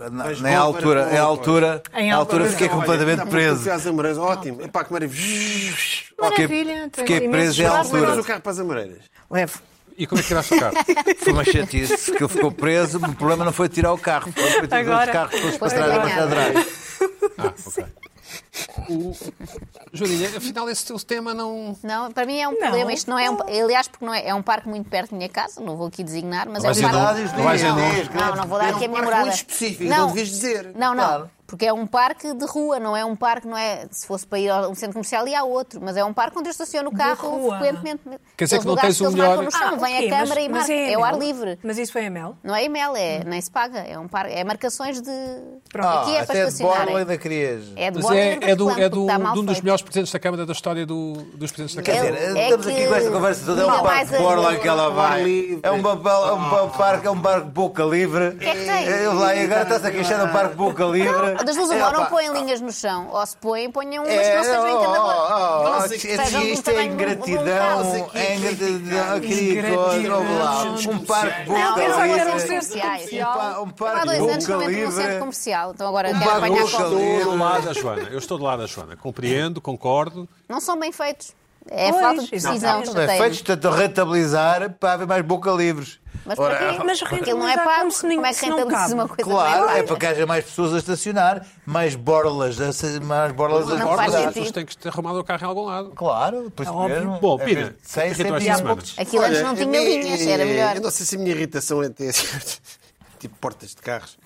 Speaker 5: na, na,
Speaker 2: Range
Speaker 5: nem à
Speaker 2: Rover
Speaker 5: altura,
Speaker 2: com-
Speaker 5: em altura,
Speaker 3: Em
Speaker 5: em altura
Speaker 3: altura,
Speaker 5: fiquei
Speaker 3: não.
Speaker 5: completamente
Speaker 6: tá
Speaker 2: Olha,
Speaker 5: preso.
Speaker 2: fui às Amoreiras, ótimo. Epá, que maravilha.
Speaker 5: Fiquei-
Speaker 3: Maravilha, tem
Speaker 5: Fiquei
Speaker 3: imensos
Speaker 5: preso em
Speaker 3: espaços.
Speaker 2: Levas
Speaker 5: altura.
Speaker 2: o carro para as Amoreiras.
Speaker 3: Levo.
Speaker 1: E como é que tiraste o carro?
Speaker 5: Foi uma chatice que ele ficou preso. O problema não foi tirar o carro, foi foi tirar
Speaker 3: Agora.
Speaker 5: os carros todos para
Speaker 6: Foi
Speaker 5: trás e para
Speaker 6: apanhado.
Speaker 5: trás.
Speaker 1: Ah, ok. O... Julinha, afinal esse teu tema não...
Speaker 6: Não, para mim é um problema. Isto não é um. Aliás, porque não é, é um parque muito perto da minha casa, não vou aqui designar, mas
Speaker 1: vais
Speaker 6: é um
Speaker 1: dizer
Speaker 6: parque.
Speaker 1: não vais dizer não.
Speaker 6: Não, não, vou dar aqui
Speaker 2: É
Speaker 6: a minha
Speaker 2: um parque
Speaker 6: morada.
Speaker 2: muito específico, não devias dizer.
Speaker 6: Não, não. Porque é um parque de rua, não é um parque, não é. Se fosse para ir a um centro comercial e há outro, mas é um parque onde eu estaciono o carro
Speaker 3: rua.
Speaker 6: frequentemente.
Speaker 1: Quer dizer
Speaker 6: Aqueles
Speaker 1: que não
Speaker 6: lugares
Speaker 1: tens o
Speaker 6: que eles
Speaker 1: melhor-
Speaker 6: marcam no chão, vem
Speaker 3: ok,
Speaker 6: a câmara
Speaker 3: Ah, mas-
Speaker 6: e
Speaker 3: mas
Speaker 6: marca.
Speaker 3: é
Speaker 6: É, o ar
Speaker 3: ML.
Speaker 6: livre.
Speaker 3: Mas isso foi a Mel?
Speaker 6: Não é e-mail,
Speaker 1: Uhum.
Speaker 6: é, nem se paga. É um parque, é marcações de.
Speaker 5: Ah,
Speaker 6: Aqui é para
Speaker 5: até de borla
Speaker 6: estacionarem.
Speaker 5: ainda querias.
Speaker 6: É de
Speaker 1: Mas
Speaker 6: borla
Speaker 1: é,
Speaker 6: e de
Speaker 1: é do, é
Speaker 6: reclamo,
Speaker 1: do,
Speaker 6: porque está mal
Speaker 1: de um dos
Speaker 6: feito.
Speaker 1: melhores presidentes da Câmara da história do, dos presidentes da
Speaker 5: Quer
Speaker 1: Câmara.
Speaker 5: dizer,
Speaker 6: É
Speaker 5: estamos
Speaker 6: que-
Speaker 5: aqui com esta conversa toda, é
Speaker 6: Não,
Speaker 5: um parque
Speaker 6: mas
Speaker 5: de
Speaker 6: a-
Speaker 5: borla que ela
Speaker 2: Ar
Speaker 5: vai.
Speaker 2: livre. Ah.
Speaker 5: É um, papel, é um pa- parque, é um parque boca livre.
Speaker 6: que é que tem?
Speaker 5: Eu lá, e agora está-se a queixar de um parque boca livre.
Speaker 6: Ah, Das duas, uma,
Speaker 5: É,
Speaker 6: ou não
Speaker 5: pá,
Speaker 6: põem linhas no chão, ou se põem, ponham umas que
Speaker 5: É,
Speaker 6: não sejam
Speaker 5: oh, oh, oh,
Speaker 6: encanadoras.
Speaker 5: isto-
Speaker 6: Sejam de um
Speaker 5: Isto é
Speaker 6: tamanho moderado.
Speaker 5: ingratidão, é ingratidão, querido, ouve lá, um parque
Speaker 6: Não,
Speaker 5: boca
Speaker 6: eu só quero um
Speaker 5: livre.
Speaker 6: centro comercial.
Speaker 5: pá, um
Speaker 6: Eu Há
Speaker 5: parque
Speaker 6: dois anos que
Speaker 5: boca
Speaker 6: não entro num centro
Speaker 5: livre.
Speaker 6: comercial, então agora quero
Speaker 5: bar
Speaker 6: apanhar
Speaker 5: roxo.
Speaker 6: Covid.
Speaker 1: Eu estou do lado da Joana. Eu estou do lado da Joana. Compreendo, concordo.
Speaker 6: Não são bem feitos. É
Speaker 3: Pois,
Speaker 6: falta de
Speaker 3: exatamente.
Speaker 6: precisão.
Speaker 5: Não é
Speaker 6: chateia-me.
Speaker 5: feito tanto rentabilizar para haver mais boca livres.
Speaker 6: Mas para quê?
Speaker 3: Mas
Speaker 6: Aquilo não é
Speaker 3: rentabilizar
Speaker 6: pago.
Speaker 3: como se nem-
Speaker 6: Como é
Speaker 3: se
Speaker 6: que
Speaker 3: não
Speaker 6: rentabiliza
Speaker 3: cabe?
Speaker 6: uma coisa
Speaker 5: Claro,
Speaker 6: também?
Speaker 5: é para que haja mais pessoas a estacionar, mais borlas, a se- mais borlas a
Speaker 6: Não
Speaker 1: Concordo,
Speaker 6: faz
Speaker 1: mas as
Speaker 5: bordas.
Speaker 6: sentido.
Speaker 1: pessoas têm que ter arrumado o carro em algum lado.
Speaker 5: Claro, por isso
Speaker 3: óbvio.
Speaker 5: mesmo.
Speaker 1: Bom,
Speaker 5: É
Speaker 1: Pina,
Speaker 5: ver- sem
Speaker 1: o que é que tu
Speaker 5: sem
Speaker 1: achas
Speaker 5: piada.
Speaker 1: da semana?
Speaker 6: Aquilo antes
Speaker 2: Olha,
Speaker 6: não
Speaker 2: a
Speaker 6: tinha
Speaker 2: minha-
Speaker 6: linhas, era melhor.
Speaker 2: Eu não sei se a minha irritação é ter tipo portas de carros.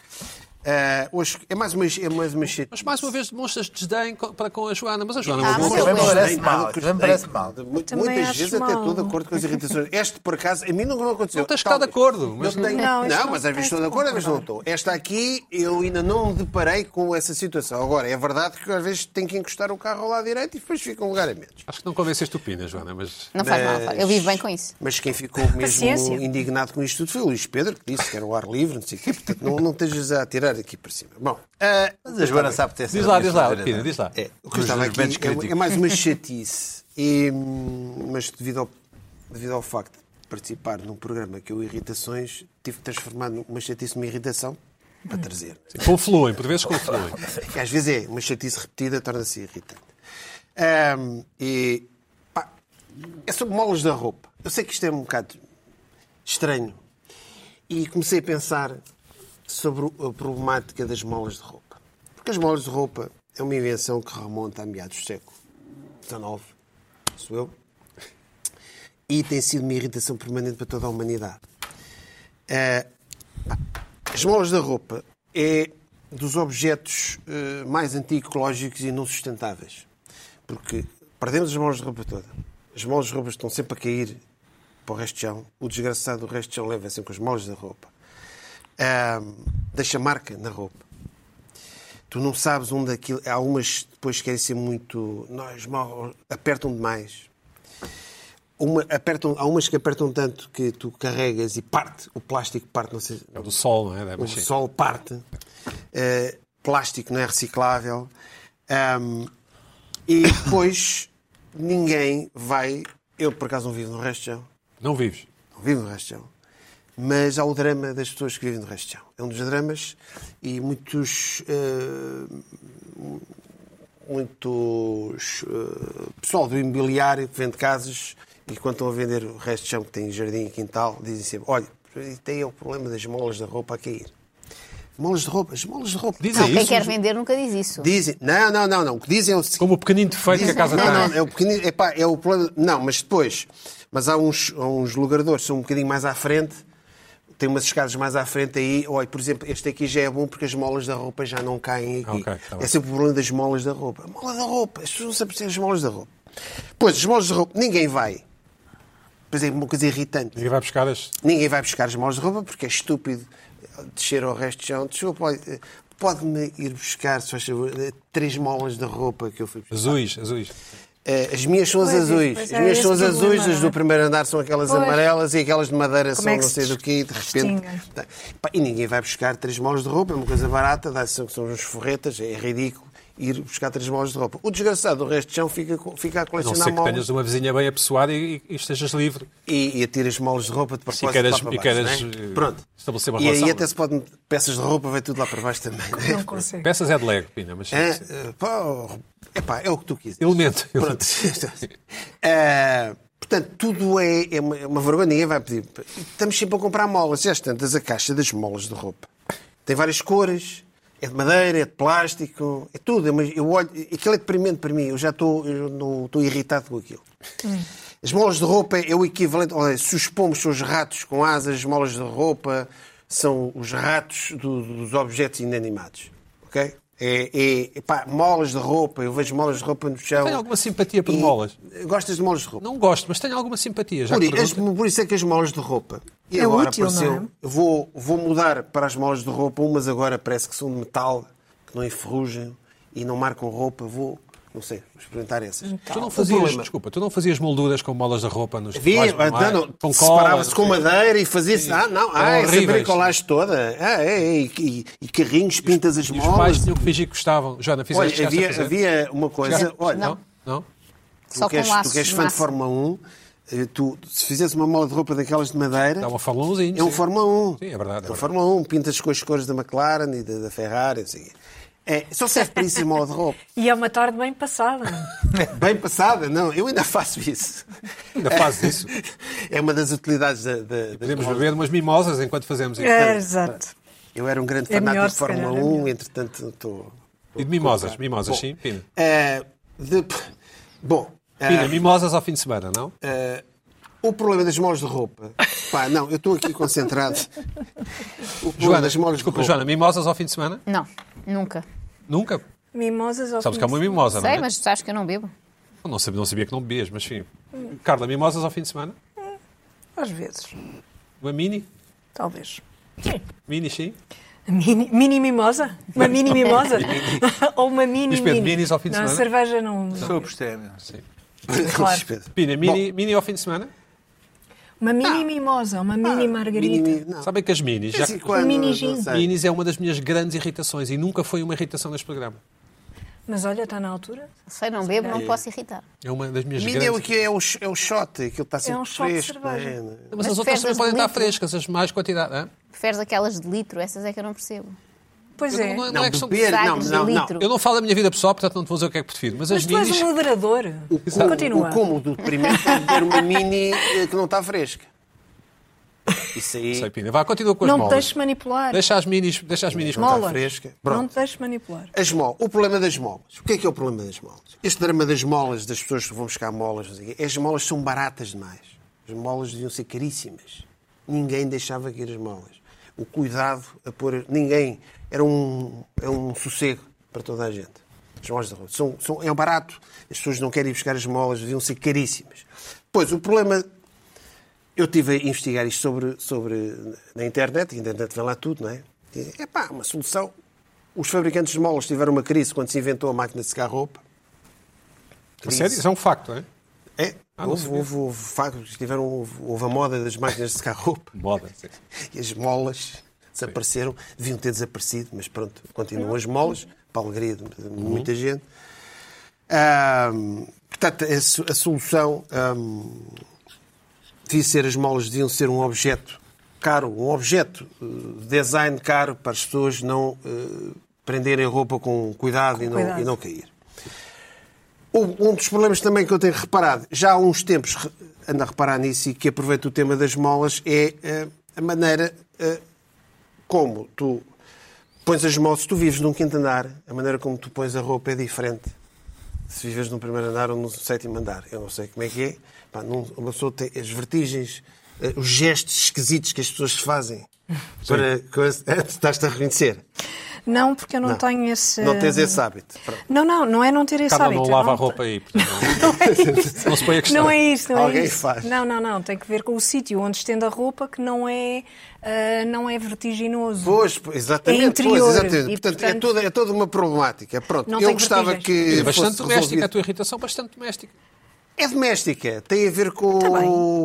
Speaker 2: Ah, hoje é mais uma, é mais uma chatice.
Speaker 1: Mas mais uma vez demonstras desdém co- para com a Joana. Mas a Joana
Speaker 6: Ah,
Speaker 1: é uma
Speaker 6: mas
Speaker 1: boa
Speaker 6: eu-
Speaker 5: Também
Speaker 6: Pois,
Speaker 5: parece
Speaker 2: Nem
Speaker 5: mal,
Speaker 2: nada que eu
Speaker 5: também
Speaker 2: tenho.
Speaker 5: parece mal.
Speaker 2: Mu-
Speaker 3: Também
Speaker 2: Muitas
Speaker 3: acho
Speaker 2: vezes até
Speaker 3: mal.
Speaker 2: estou de acordo com as irritações. Este, por acaso, a mim não, não aconteceu.
Speaker 1: Não tens de ficar de acordo,
Speaker 2: Eu
Speaker 1: mas não-
Speaker 2: tenho-
Speaker 3: Não,
Speaker 2: Não,
Speaker 3: isso não
Speaker 2: mas às
Speaker 3: tens
Speaker 2: vezes estou de
Speaker 3: de
Speaker 2: acordo, às vezes não
Speaker 3: concordar.
Speaker 2: estou. Esta aqui, eu ainda não me deparei com essa situação. Agora, é verdade que às vezes tenho que encostar o carro ao lado direito e depois fica um lugar a menos.
Speaker 1: Acho que não convenceste o Pina, Joana, mas...
Speaker 6: Não faz mal, eu vivo bem com isso.
Speaker 2: Mas quem ficou mesmo
Speaker 3: Paciência.
Speaker 2: indignado com isto tudo foi o Luís Pedro, que disse que era o ar livre, não sei o quê. Portanto, não, não estejas a tirar aqui para cima. Bom,
Speaker 5: É,
Speaker 2: ah,
Speaker 5: Mas a Joana sabe ter
Speaker 1: Diz lá, diz lá, Pina, diz lá.
Speaker 5: É,
Speaker 2: O que eu estava aqui
Speaker 5: momentos
Speaker 2: é, é
Speaker 5: críticos.
Speaker 2: mais uma chatice, E, hum, mas devido ao, devido ao facto de participar num programa que eu irritações, tive que transformar numa chatice numa irritação para trazer.
Speaker 1: Confluem, por vezes confluem.
Speaker 2: Que às vezes é, uma chatice repetida torna-se irritante. Ahm, e, pá, é sobre molas da roupa. Eu sei que isto é um bocado estranho. E comecei a pensar sobre a problemática das molas de roupa. Porque as molas de roupa é uma invenção que remonta a meados do século XIX, sou eu, e tem sido uma irritação permanente para toda a humanidade. Eh, pá, as molas da roupa é dos objetos eh, mais antiecológicos e não sustentáveis. Porque perdemos as molas de roupa toda. As molas de roupa estão sempre a cair para o resto de chão. O desgraçado do resto de chão leva sempre com as molas da roupa. Ah, deixa marca na roupa. Tu não sabes onde aquilo. Há umas que depois querem ser muito. Nós mal- apertam demais. Uma, apertam, há umas que apertam tanto que tu carregas e parte, o plástico parte, não sei,
Speaker 1: É do sol, não é? Deve
Speaker 2: o
Speaker 1: ser.
Speaker 2: sol parte, eh, plástico não é reciclável, Ahm, e depois ninguém vai. Eu, por acaso, não vivo no resto de chão,
Speaker 1: Não vives.
Speaker 2: não vivo no resto de chão, mas há o drama das pessoas que vivem no resto de chão. É um dos dramas e muitos. eh, muitos eh, pessoal do imobiliário que vende casas e quando estão a vender o resto de chão que tem em jardim e quintal, dizem sempre: olha, tem o problema das molas da roupa a cair. Molas de roupa, as molas de roupa.
Speaker 1: Dizem
Speaker 6: Não, quem
Speaker 1: isso,
Speaker 6: quer vender nunca diz isso.
Speaker 2: Dizem, não, não, não, não. O que dizem é o seguinte.
Speaker 1: Como o pequenino defeito que a casa
Speaker 2: Não, não,
Speaker 1: tem.
Speaker 2: é o pequenino, epá, é o problema. Não, mas depois, mas há uns, há uns logradores que são um bocadinho mais à frente, tem umas escadas mais à frente aí. Olha, por exemplo, este aqui já é bom porque as molas da roupa já não caem aqui.
Speaker 1: Ok, tá bem.
Speaker 2: é sempre o problema das molas da roupa. é A mola da roupa, as pessoas não sabem perceber as molas da roupa. Pois, as molas da roupa, ninguém vai Pois é, uma coisa irritante.
Speaker 1: Ninguém vai buscar as.
Speaker 2: Ninguém vai buscar as mãos de roupa porque é estúpido descer ao resto de chão. Desculpa, olha, pode-me ir buscar, se faz favor, três molas de roupa que eu fui buscar.
Speaker 1: Azuis, azuis.
Speaker 2: Eh, As minhas são as
Speaker 3: Pois é,
Speaker 2: azuis.
Speaker 3: pois
Speaker 2: As
Speaker 3: é,
Speaker 2: minhas
Speaker 3: esse
Speaker 2: são as
Speaker 3: problema,
Speaker 2: azuis, as
Speaker 3: não
Speaker 2: do
Speaker 3: é?
Speaker 2: primeiro andar são aquelas
Speaker 3: Pois.
Speaker 2: amarelas e aquelas de madeira
Speaker 3: Como
Speaker 2: são
Speaker 3: é que
Speaker 2: não
Speaker 3: se
Speaker 2: sei do quê, de repente.
Speaker 3: distinguem?
Speaker 2: Tá. Pá, E ninguém vai buscar três molas de roupa, é uma coisa barata, dá são, são uns forretas, é ridículo ir buscar três molas de roupa. O desgraçado, o resto de chão, fica, co- fica a
Speaker 1: A não
Speaker 2: colecionar
Speaker 1: ser que
Speaker 2: molas
Speaker 1: tenhas uma vizinha bem apessoada e, e estejas livre.
Speaker 2: e, e atira as molas de roupa de propósito
Speaker 1: E queiras-
Speaker 2: lá para
Speaker 1: e
Speaker 2: baixo.
Speaker 1: queiras,
Speaker 2: não é?
Speaker 1: eh,
Speaker 2: Pronto.
Speaker 1: estabelecer uma
Speaker 2: e aí
Speaker 1: relação,
Speaker 2: até
Speaker 1: não é?
Speaker 2: se podem peças de roupa, vai tudo lá para baixo também. não é?
Speaker 3: Não consigo.
Speaker 1: Peças é de Lego, Pina, mas.
Speaker 2: É, eh, pá, oh, epá, é o que tu quiseres.
Speaker 1: Elemento.
Speaker 2: Pronto. Eh, portanto, tudo é, é uma, é uma vergonha, ninguém vai pedir. Estamos sempre a comprar molas. E às tantas, a caixa das molas de roupa tem várias cores. É de madeira, é de plástico, é tudo. Mas eu olho, aquilo é deprimente para mim. Eu já estou, eu não- estou irritado com aquilo. As molas de roupa é o equivalente. Olha, se os pomos são os ratos com asas, as molas de roupa são os ratos do- dos objetos inanimados. Ok? É, é- pá, molas de roupa, eu vejo molas de roupa no chão.
Speaker 1: Tenho alguma simpatia por
Speaker 2: E-
Speaker 1: molas.
Speaker 2: Gostas de molas de roupa?
Speaker 1: Não gosto, mas tenho alguma simpatia. Já
Speaker 2: Por,
Speaker 1: que
Speaker 2: i- as-
Speaker 1: pergunta.
Speaker 2: por isso é que as molas de roupa. E
Speaker 3: É
Speaker 2: agora
Speaker 3: útil,
Speaker 2: apareceu.
Speaker 3: não é?
Speaker 2: eu Vou, vou mudar para as molas de roupa. Umas agora parece que são de metal, que não enferrujam e não marcam roupa. Vou, não sei, experimentar essas.
Speaker 1: Tu não
Speaker 2: O
Speaker 1: fazias,
Speaker 2: problema-
Speaker 1: desculpa, tu não fazias molduras com molas da roupa nos
Speaker 2: Havia,
Speaker 1: festivais
Speaker 2: ah,
Speaker 1: normais?
Speaker 2: não,
Speaker 1: com cola,
Speaker 2: separava-se com madeira e fazia-se. Ah, não,
Speaker 1: Eram
Speaker 2: ah, essa
Speaker 1: horríveis.
Speaker 2: bricolagem toda. Ah, é, e, e- e carrinhos, pintas as
Speaker 1: E os pais
Speaker 2: molas.
Speaker 1: tinham que fingir que gostavam. Joana, fizeste
Speaker 2: Olha,
Speaker 1: chegaste a
Speaker 2: havia,
Speaker 1: fazer?
Speaker 2: havia uma coisa.
Speaker 1: Já?
Speaker 2: Olha,
Speaker 1: Não? Não?
Speaker 6: Só
Speaker 2: tu que és,
Speaker 6: com laços.
Speaker 2: tu que és
Speaker 6: no
Speaker 2: fã de
Speaker 6: máximo.
Speaker 2: Fórmula 1, eh, tu, se fizesse uma mola de roupa daquelas de madeira.
Speaker 1: Dá uma Fórmula 1zinho,
Speaker 2: É um
Speaker 1: sim.
Speaker 2: Fórmula 1.
Speaker 1: Sim, é verdade, é
Speaker 2: É um
Speaker 1: verdade.
Speaker 2: Fórmula 1, pintas com as cores da McLaren e da, da Ferrari. não sei o quê. É, só serve para isso a mola de roupa.
Speaker 3: E é uma tarde bem passada. é?
Speaker 2: Bem passada, não, eu ainda faço isso.
Speaker 1: Ainda fazes isso.
Speaker 2: É uma das utilidades da. da- das
Speaker 1: Podemos
Speaker 2: molas.
Speaker 1: beber umas mimosas enquanto fazemos isso.
Speaker 3: É, exato.
Speaker 2: Eu era um grande
Speaker 3: É
Speaker 2: fanático
Speaker 3: melhor,
Speaker 2: de
Speaker 3: se
Speaker 2: Fórmula
Speaker 3: calhar, é
Speaker 2: 1,
Speaker 3: melhor.
Speaker 2: entretanto estou.
Speaker 1: E de mimosas, mimosas, sim, Pina.
Speaker 2: Eh, de- Bom, eh,
Speaker 1: Pina, mimosas ao fim de semana, não?
Speaker 2: o problema das molas de roupa. Pá, não, eu estou aqui concentrado. O problema
Speaker 1: Joana,
Speaker 2: das molas
Speaker 1: desculpa,
Speaker 2: de roupa.
Speaker 1: Joana, mimosas ao fim de semana?
Speaker 6: Não, nunca.
Speaker 2: Tá
Speaker 1: Nunca.
Speaker 3: Mimosas ao
Speaker 1: Sabes que
Speaker 3: fim
Speaker 1: é uma
Speaker 3: de
Speaker 1: mimosa, não
Speaker 6: Sei,
Speaker 1: é?
Speaker 6: mas sabes que eu não bebo.
Speaker 1: Eu Não sabia, não sabia que não bebias, mas sim. Carla, mimosas ao fim de semana?
Speaker 3: semana. Às vezes,
Speaker 1: Uma mini?
Speaker 3: talvez.
Speaker 1: Mini, sim?
Speaker 3: Mini, mini mimosa? Uma mini mimosa? Ou uma mini
Speaker 1: Diz Pedro,
Speaker 3: mini?
Speaker 1: minis ao fim de
Speaker 3: não,
Speaker 1: semana?
Speaker 3: cerveja não.
Speaker 5: Sou abstêmio.
Speaker 3: Claro.
Speaker 1: Pina, mini, mini ao fim de semana?
Speaker 3: Uma
Speaker 6: Ah.
Speaker 3: mini mimosa, uma mini margarita.
Speaker 2: Mini- não.
Speaker 1: Sabem que as minis,
Speaker 2: De
Speaker 1: já,
Speaker 2: vez em quando,
Speaker 3: Mini
Speaker 2: não
Speaker 3: jeans.
Speaker 2: sei.
Speaker 1: minis é uma das minhas grandes irritações e nunca foi uma irritação neste programa.
Speaker 3: Mas olha, está na altura.
Speaker 6: Sei, não bebo, não posso irritar.
Speaker 1: É uma das minhas
Speaker 2: Mini
Speaker 1: grandes...
Speaker 2: é o que é o, é o shot, aquilo está sempre
Speaker 3: um shot de
Speaker 2: fresco. não é?
Speaker 3: cerveja.
Speaker 1: Mas, as outras
Speaker 6: Mas
Speaker 1: também
Speaker 6: fervas
Speaker 1: podem
Speaker 6: de
Speaker 1: estar
Speaker 6: litro.
Speaker 1: frescas, as mais quantidade. hã?
Speaker 6: Preferes aquelas de litro, essas é que eu não percebo.
Speaker 3: Pois
Speaker 1: Eu
Speaker 3: é.
Speaker 1: não- não,
Speaker 2: Não,
Speaker 1: é questão de-
Speaker 2: beber, não,
Speaker 6: Sacos de
Speaker 2: não, não.
Speaker 6: litro.
Speaker 1: Eu não falo da minha vida pessoal, portanto não te vou dizer o que é que prefiro. Mas as
Speaker 3: Mas tu és
Speaker 1: minis...
Speaker 3: um moderador.
Speaker 2: O-
Speaker 3: Continua.
Speaker 2: O cúmulo do deprimente é beber uma mini eh, que não está fresca. Isso aí
Speaker 1: Sei, Pina. Vá, continua com as
Speaker 3: Não te
Speaker 1: molas.
Speaker 3: deixes manipular.
Speaker 1: Deixa as minis, deixa as minis
Speaker 2: não está
Speaker 3: Molas.
Speaker 2: fresca.
Speaker 3: Não
Speaker 2: Pronto.
Speaker 3: te deixes manipular.
Speaker 2: As molas. O problema das molas. O que é que é o problema das molas? Este drama das molas, das pessoas que vão buscar molas, não sei o quê, as molas são baratas demais. As molas deviam ser caríssimas. Ninguém deixava cair as molas. O cuidado a pôr. Ninguém. Era um, é um sossego para toda a gente. As molas da rua. São, são, é barato. As pessoas não querem ir buscar as molas, deviam ser caríssimas. Pois, o problema eu estive a investigar isto sobre, sobre, na internet, e a internet vem lá tudo, não é? É pá, uma solução. Os fabricantes de molas tiveram uma crise quando se inventou a máquina de secar roupa.
Speaker 1: A sério? Isso é um facto, não é?
Speaker 2: É,
Speaker 1: Ah, não
Speaker 2: houve,
Speaker 1: sabia.
Speaker 2: houve, houve factos, tiveram, houve, houve a moda das máquinas de secar roupa
Speaker 1: Moda. sim.
Speaker 2: e as molas desapareceram. Deviam ter desaparecido, mas pronto, continuam
Speaker 1: É.
Speaker 2: as molas, para a alegria de de muita
Speaker 1: Uhum.
Speaker 2: gente. Ahm, portanto, a, so- a solução ahm, devia ser as molas, deviam ser um objeto caro, um objeto eh, design caro para as pessoas não eh, prenderem a roupa com cuidado, e, não,
Speaker 3: cuidado.
Speaker 2: e não cair. Um um dos problemas também que eu tenho reparado, já há uns tempos re- ando a reparar nisso e que aproveito o tema das molas, é eh, a maneira eh, como tu pões as molas. Se tu vives num quinto andar, a maneira como tu pões a roupa é diferente se vives no primeiro andar ou no sétimo andar. Eu não sei como é que é. Pá, não- uma pessoa tem as vertigens, eh, os gestos esquisitos que as pessoas fazem. Para, coisa- estás-te a eh, reconhecer.
Speaker 3: Não, porque eu não, tenho esse.
Speaker 2: Não tens esse hábito. Pronto.
Speaker 3: Não, não, não é não ter esse
Speaker 1: Carla
Speaker 3: hábito.
Speaker 1: não
Speaker 3: Eu
Speaker 1: lava a roupa aí. portanto,
Speaker 3: Não é isso.
Speaker 1: Não se põe a questão.
Speaker 3: Não é isso, não
Speaker 2: Alguém
Speaker 3: é isso.
Speaker 2: faz.
Speaker 3: Não, não, não. Tem que ver com o sítio onde estende a roupa que não é, ah, não é vertiginoso.
Speaker 2: Pois, pois, exatamente.
Speaker 3: É interior,
Speaker 2: pois, exatamente.
Speaker 3: e,
Speaker 2: portanto, é,
Speaker 3: portanto-
Speaker 2: toda, é toda uma problemática. Pronto,
Speaker 3: Não
Speaker 2: eu
Speaker 3: tem
Speaker 2: gostava
Speaker 3: vertigens.
Speaker 2: que.
Speaker 1: É bastante
Speaker 2: fosse
Speaker 1: doméstica, a
Speaker 2: resolvido.
Speaker 1: tua irritação bastante doméstica.
Speaker 2: É doméstica, tem a ver com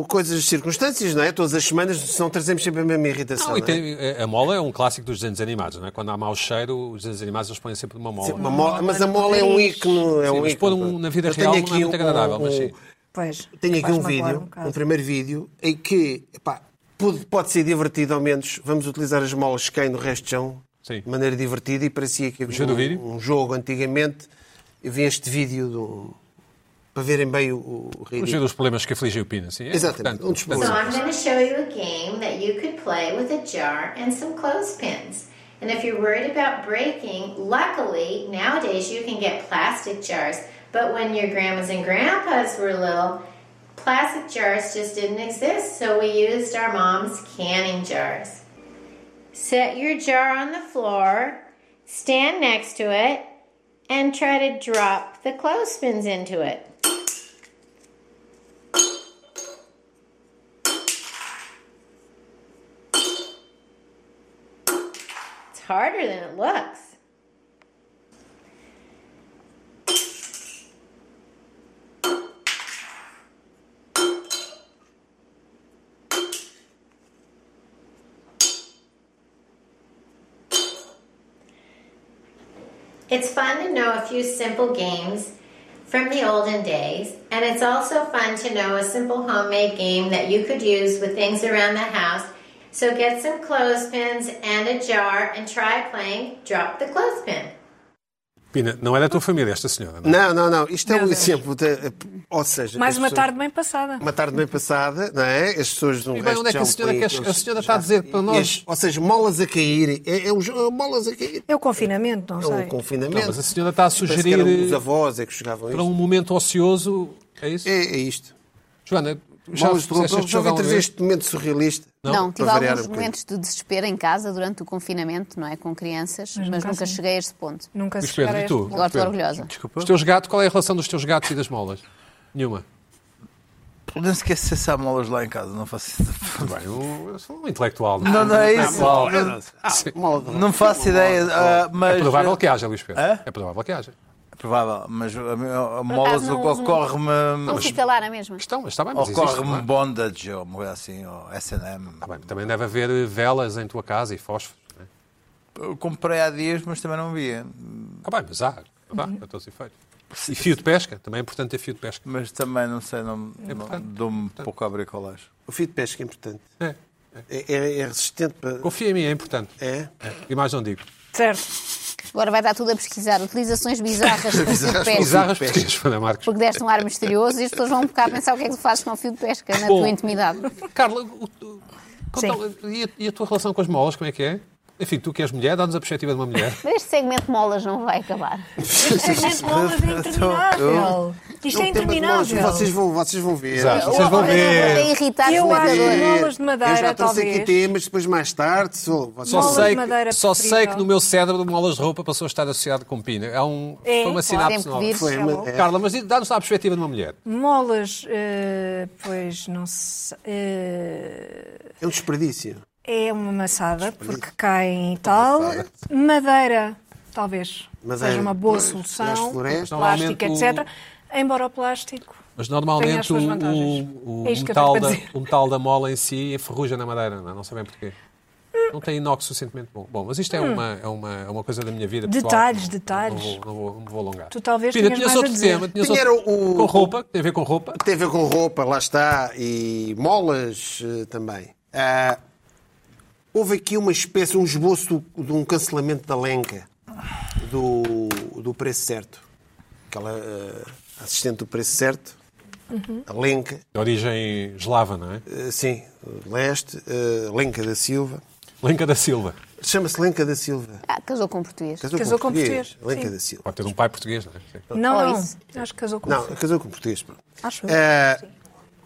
Speaker 3: Tá
Speaker 2: coisas, circunstâncias, não é? Todas as semanas são trazemos sempre a mesma irritação.
Speaker 1: Não, e
Speaker 2: não é?
Speaker 1: tem- a mola é um clássico dos desenhos animados, não é? Quando há mau cheiro, os desenhos animados eles põem sempre uma mola.
Speaker 2: Sempre uma mola- mas a mola é um ícone. É
Speaker 1: Sim,
Speaker 2: um
Speaker 1: mas
Speaker 2: ícone,
Speaker 1: pôr um
Speaker 2: pronto.
Speaker 1: na vida
Speaker 2: Eu
Speaker 1: real
Speaker 2: tenho um-
Speaker 1: não é muito agradável, mas sim.
Speaker 3: Pois,
Speaker 2: Tenho aqui um
Speaker 3: faz-me
Speaker 2: vídeo,
Speaker 3: aguar um
Speaker 2: um,
Speaker 3: bocado.
Speaker 2: primeiro vídeo, em que epá, pode, pode ser divertido, ao menos vamos utilizar as molas que caem no resto de chão
Speaker 1: Sim.
Speaker 2: de maneira divertida e parecia que havia
Speaker 1: Gostei do vídeo?
Speaker 2: um, um jogo antigamente. Eu vi este vídeo do, para verem bem o, o
Speaker 1: Vamos ver
Speaker 2: ridículo.
Speaker 1: os problemas que afligem o Pina, sim. É
Speaker 2: Exatamente,
Speaker 1: importante,
Speaker 2: um dos
Speaker 1: importante.
Speaker 7: So I'm going to show you a game that you could play with a jar and some clothespins. And if you're worried about breaking, luckily nowadays you can get plastic jars. But when your grandmas and grandpas were little, plastic jars just didn't exist, so we used our mom's canning jars. Set your jar on the floor, stand next to it, and try to drop the clothespins into it. It's harder than it looks. It's fun to know a few simple games from the olden days, and it's also fun to know a simple homemade game that you could use with things around the house. So get some clothespins and a jar and try playing Drop the Clothespin.
Speaker 1: Pina, não é da tua família esta senhora, não é?
Speaker 2: Não, não, não. Isto é
Speaker 3: Meu
Speaker 2: um
Speaker 3: Deus.
Speaker 2: exemplo. De, ou seja,
Speaker 3: Mais
Speaker 2: as
Speaker 3: uma
Speaker 2: pessoas-
Speaker 3: tarde bem passada.
Speaker 2: Uma tarde bem passada, não é? As pessoas não
Speaker 1: E bem, onde é que a senhora, quer, a senhora está a dizer para nós...
Speaker 2: Ou seja, molas a cair. É, é um jogo- molas a cair.
Speaker 3: É o confinamento, não
Speaker 2: É um
Speaker 3: sei.
Speaker 2: confinamento.
Speaker 1: Não, mas a senhora está a
Speaker 2: Parece que eram os
Speaker 1: sugerir
Speaker 2: avós é que jogavam
Speaker 1: para
Speaker 2: isto.
Speaker 1: um momento ocioso, é isso?
Speaker 2: É, é isto.
Speaker 1: Joana, já
Speaker 2: Molas de roupa.
Speaker 1: fizeste este
Speaker 2: Já
Speaker 1: jogo
Speaker 2: vem
Speaker 1: alguma
Speaker 2: trazer
Speaker 1: vez?
Speaker 2: este momento surrealista.
Speaker 6: Não, tive
Speaker 2: Para variar
Speaker 6: alguns
Speaker 2: um bocadinho.
Speaker 6: momentos de desespero em casa durante o confinamento, não é? Com crianças, mas,
Speaker 3: nunca
Speaker 6: nunca
Speaker 3: assim.
Speaker 6: cheguei a esse ponto.
Speaker 3: Nunca se
Speaker 1: Luís Pedro,
Speaker 3: chegar a
Speaker 1: e
Speaker 3: este
Speaker 1: tu?
Speaker 3: ponto.
Speaker 6: Agora estou
Speaker 1: Pedro.
Speaker 6: orgulhosa.
Speaker 5: Desculpa.
Speaker 1: Os teus gatos, qual é a relação dos teus gatos e das molas? Nenhuma.
Speaker 5: Não se esquece se há molas lá em casa, não faço
Speaker 1: Bem, eu, eu sou um intelectual. Não,
Speaker 5: Não, não é isso.
Speaker 3: Ah.
Speaker 1: Sim.
Speaker 5: Não faço ideia, ah, mas.
Speaker 1: É provável que haja, Luís Pedro.
Speaker 5: Hã?
Speaker 1: É provável que haja.
Speaker 5: É provável, mas a, a, a molas
Speaker 6: não- Não
Speaker 5: ocorre-me.
Speaker 6: fica lá na mesma.
Speaker 1: Estão, mas está bem, mas existe, não é?
Speaker 5: Ocorre-me bondage, ou uma coisa assim, ou SM.
Speaker 1: Está bem, também deve haver eh, velas em tua casa e fósforos. não é?
Speaker 5: Eu comprei há dias, mas também não via.
Speaker 1: Ah, bem, mas há. Vá, para todos os efeitos. E fio de pesca, também é importante ter fio de pesca.
Speaker 5: Mas também não sei, não, não
Speaker 1: portanto-
Speaker 5: dou-me pouco a bricolagem.
Speaker 2: O fio de pesca é importante.
Speaker 1: É.
Speaker 2: É, é- é resistente para.
Speaker 1: Confia em mim, é importante.
Speaker 2: É?
Speaker 1: E mais não digo.
Speaker 3: Certo.
Speaker 6: Agora vai estar tudo a pesquisar. Utilizações bizarras para o fio de pesca.
Speaker 1: Bizarras portuguesas, Fernanda Marcos.
Speaker 6: Porque deste um ar misterioso e as pessoas vão um bocado pensar o que é que tu fazes com o fio de pesca na
Speaker 1: Bom.
Speaker 6: tua intimidade.
Speaker 1: Carla, o- o- conta- e, a, e a tua relação com as molas, como é que é? Enfim, tu que és mulher, dá-nos a perspectiva de uma mulher.
Speaker 6: Mas este segmento de molas não vai acabar.
Speaker 3: Este segmento de bolas é
Speaker 2: Não tem mais molas,
Speaker 3: interminável. Isto é interminável.
Speaker 2: Vocês vão, vocês vão ver.
Speaker 1: Exato. Vocês
Speaker 6: Eu-
Speaker 1: vão
Speaker 6: eu
Speaker 1: ver.
Speaker 6: Vou até irritar os
Speaker 3: Eu acho
Speaker 6: comentadores.
Speaker 3: que molas de madeira,
Speaker 2: Eu já trouxe aqui
Speaker 3: talvez.
Speaker 2: temas, depois mais tarde. Sou, vocês
Speaker 1: Só
Speaker 2: vão-
Speaker 3: Molas de
Speaker 1: sei, que,
Speaker 3: madeira
Speaker 1: só
Speaker 3: preferível.
Speaker 1: sei que no meu cérebro de molas de roupa passou a estar associado com pina. É um, foi
Speaker 3: É,
Speaker 1: uma
Speaker 3: claro.
Speaker 1: sinapse
Speaker 6: Sempre
Speaker 1: nova.
Speaker 6: vires.
Speaker 2: Foi uma- é.
Speaker 1: Carla, mas dá-nos lá a perspectiva de uma mulher.
Speaker 3: Molas, eh, pois não sei. eh,
Speaker 2: É um desperdício.
Speaker 3: é uma maçada, porque cai e tal. Madeira, talvez.
Speaker 2: Madeira,
Speaker 3: seja uma boa
Speaker 2: pois, nas
Speaker 3: solução.
Speaker 2: florestas.
Speaker 1: Então,
Speaker 3: Plástico,
Speaker 1: Normalmente o-
Speaker 3: etc. Embora o plástico.
Speaker 1: Mas
Speaker 3: Tem as
Speaker 1: normalmente o,
Speaker 3: suas vantagens.
Speaker 1: o- o
Speaker 3: É isto que eu
Speaker 1: metal
Speaker 3: tenho
Speaker 1: da,
Speaker 3: para dizer.
Speaker 1: o metal da mola em si enferruja na madeira, não, é? não sabem porquê. Não tem inox suficientemente bom. Bom, mas isto é, uma, é, uma, é uma coisa da minha vida. pessoal.
Speaker 3: Hum. Detalhes,
Speaker 1: Não-
Speaker 3: detalhes.
Speaker 1: Não vou, não vou, não vou alongar.
Speaker 3: Tu talvez
Speaker 1: Pina,
Speaker 3: tenhas
Speaker 1: tinhas
Speaker 3: mais a
Speaker 1: outro
Speaker 3: dizer.
Speaker 1: tema. Tinhas
Speaker 2: Tinha
Speaker 1: outro...
Speaker 2: o- o-
Speaker 1: Com roupa, que tem a ver com roupa.
Speaker 2: Tem a ver com roupa, lá está, e molas eh, também. Ah, houve aqui uma espécie, um esboço de um cancelamento da lenca do, do preço certo. Aquela eh, assistente do preço certo,
Speaker 3: Uhum.
Speaker 2: a lenca,
Speaker 1: De origem eslava, não é?
Speaker 2: eh, sim, leste, eh, lenca da Silva.
Speaker 1: Lenca da Silva.
Speaker 2: Chama-se Lenca da Silva.
Speaker 6: Ah, casou com um português.
Speaker 3: Casou com português,
Speaker 2: Lenca
Speaker 3: sim.
Speaker 2: da Silva.
Speaker 1: Pode ter um pai português, não é? Sim.
Speaker 3: Não,
Speaker 6: Ou
Speaker 3: não.
Speaker 6: isso.
Speaker 3: Acho que casou com
Speaker 2: Não, casou com português. pronto.
Speaker 3: Acho eu.
Speaker 2: Eh,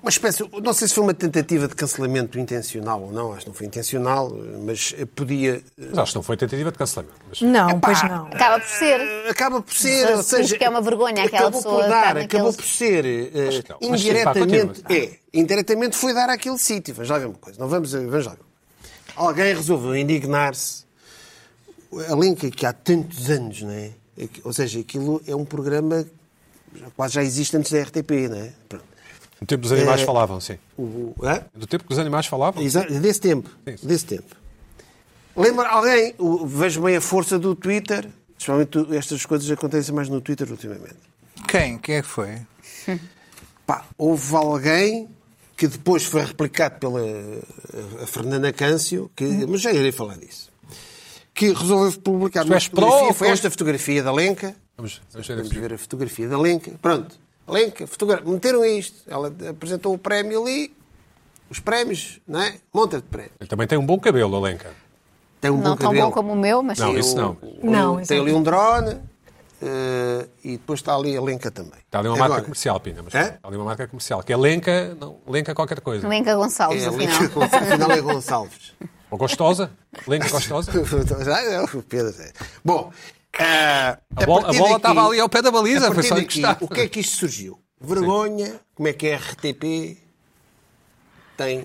Speaker 2: Uma espécie, não sei se foi uma tentativa de cancelamento intencional ou não, acho que não foi intencional, mas podia.
Speaker 1: Mas acho que não foi tentativa de cancelamento. Mas...
Speaker 3: Não, pois não.
Speaker 6: Acaba por ser.
Speaker 2: eh, Acaba por ser,
Speaker 6: Mas
Speaker 2: ou
Speaker 6: por isso
Speaker 2: seja,
Speaker 6: que é uma vergonha aquela
Speaker 2: acabou
Speaker 6: pessoa
Speaker 2: por
Speaker 6: estar
Speaker 2: dar,
Speaker 6: naqueles-
Speaker 2: acabou por ser eh,
Speaker 1: Acho que não. Mas sim, pá,
Speaker 2: indiretamente,
Speaker 1: continua.
Speaker 2: é, indiretamente foi dar àquele sítio. Vamos lá ver uma coisa, não vamos, vamos lá ver. Alguém resolveu indignar-se. A Linka que há tantos anos, não é? Ou seja, aquilo é um programa que quase já existe antes da RTP, não é? Pronto.
Speaker 1: No tempo dos animais
Speaker 2: É.
Speaker 1: falavam, sim.
Speaker 2: O- o- hã?
Speaker 1: Do tempo que os animais falavam.
Speaker 2: Exa- Desse tempo.
Speaker 1: Sim, sim.
Speaker 2: Desse tempo. Lembra alguém? o- Vejo bem a força do Twitter. Principalmente o- estas coisas acontecem mais no Twitter ultimamente.
Speaker 5: Quem? Quem é que foi?
Speaker 2: Pá, houve alguém que depois foi replicado pela a- a Fernanda Câncio, que,
Speaker 1: Hum.
Speaker 2: mas já irei falar disso, que resolveu publicar
Speaker 1: Tu
Speaker 2: uma
Speaker 1: és pró
Speaker 2: fotografia.
Speaker 1: ou
Speaker 2: Foi
Speaker 1: contra?
Speaker 2: esta fotografia da Lenca.
Speaker 1: Vamos, vamos ver
Speaker 2: Vamos
Speaker 1: aqui.
Speaker 2: ver a fotografia da Lenca. Pronto, Lenca, fotogra- meteram isto. Ela apresentou o prémio ali, os prémios, não é? Monta de prémios.
Speaker 1: Ele também tem um bom cabelo, Alenca.
Speaker 2: Tem um
Speaker 6: Não
Speaker 2: bom
Speaker 6: tão
Speaker 2: cabelo.
Speaker 6: bom como o meu, mas
Speaker 1: Não,
Speaker 6: sim.
Speaker 1: isso não.
Speaker 3: Não,
Speaker 2: tem
Speaker 3: exato.
Speaker 2: ali um drone eh, e depois está ali a Lenca também.
Speaker 1: Está ali uma
Speaker 2: Agora,
Speaker 1: marca comercial, Pina. Mas
Speaker 2: Hã?
Speaker 1: Está ali uma marca comercial. Que é Lenca, não, Lenca qualquer coisa.
Speaker 6: Lenca
Speaker 2: É,
Speaker 6: Gonçalves,
Speaker 2: a
Speaker 6: afinal.
Speaker 2: Lenca Gonçalves, afinal é Gonçalves.
Speaker 1: Ou gostosa. Lenca gostosa.
Speaker 2: Já é o Pedro. Bom, eh,
Speaker 1: A bola, a
Speaker 2: partir
Speaker 1: bola
Speaker 2: daqui-
Speaker 1: estava ali ao pé da baliza.
Speaker 2: a
Speaker 1: Foi
Speaker 2: partir
Speaker 1: só
Speaker 2: daqui,
Speaker 1: encostar.
Speaker 2: O que é que isto surgiu? Vergonha, como é que a RTP tem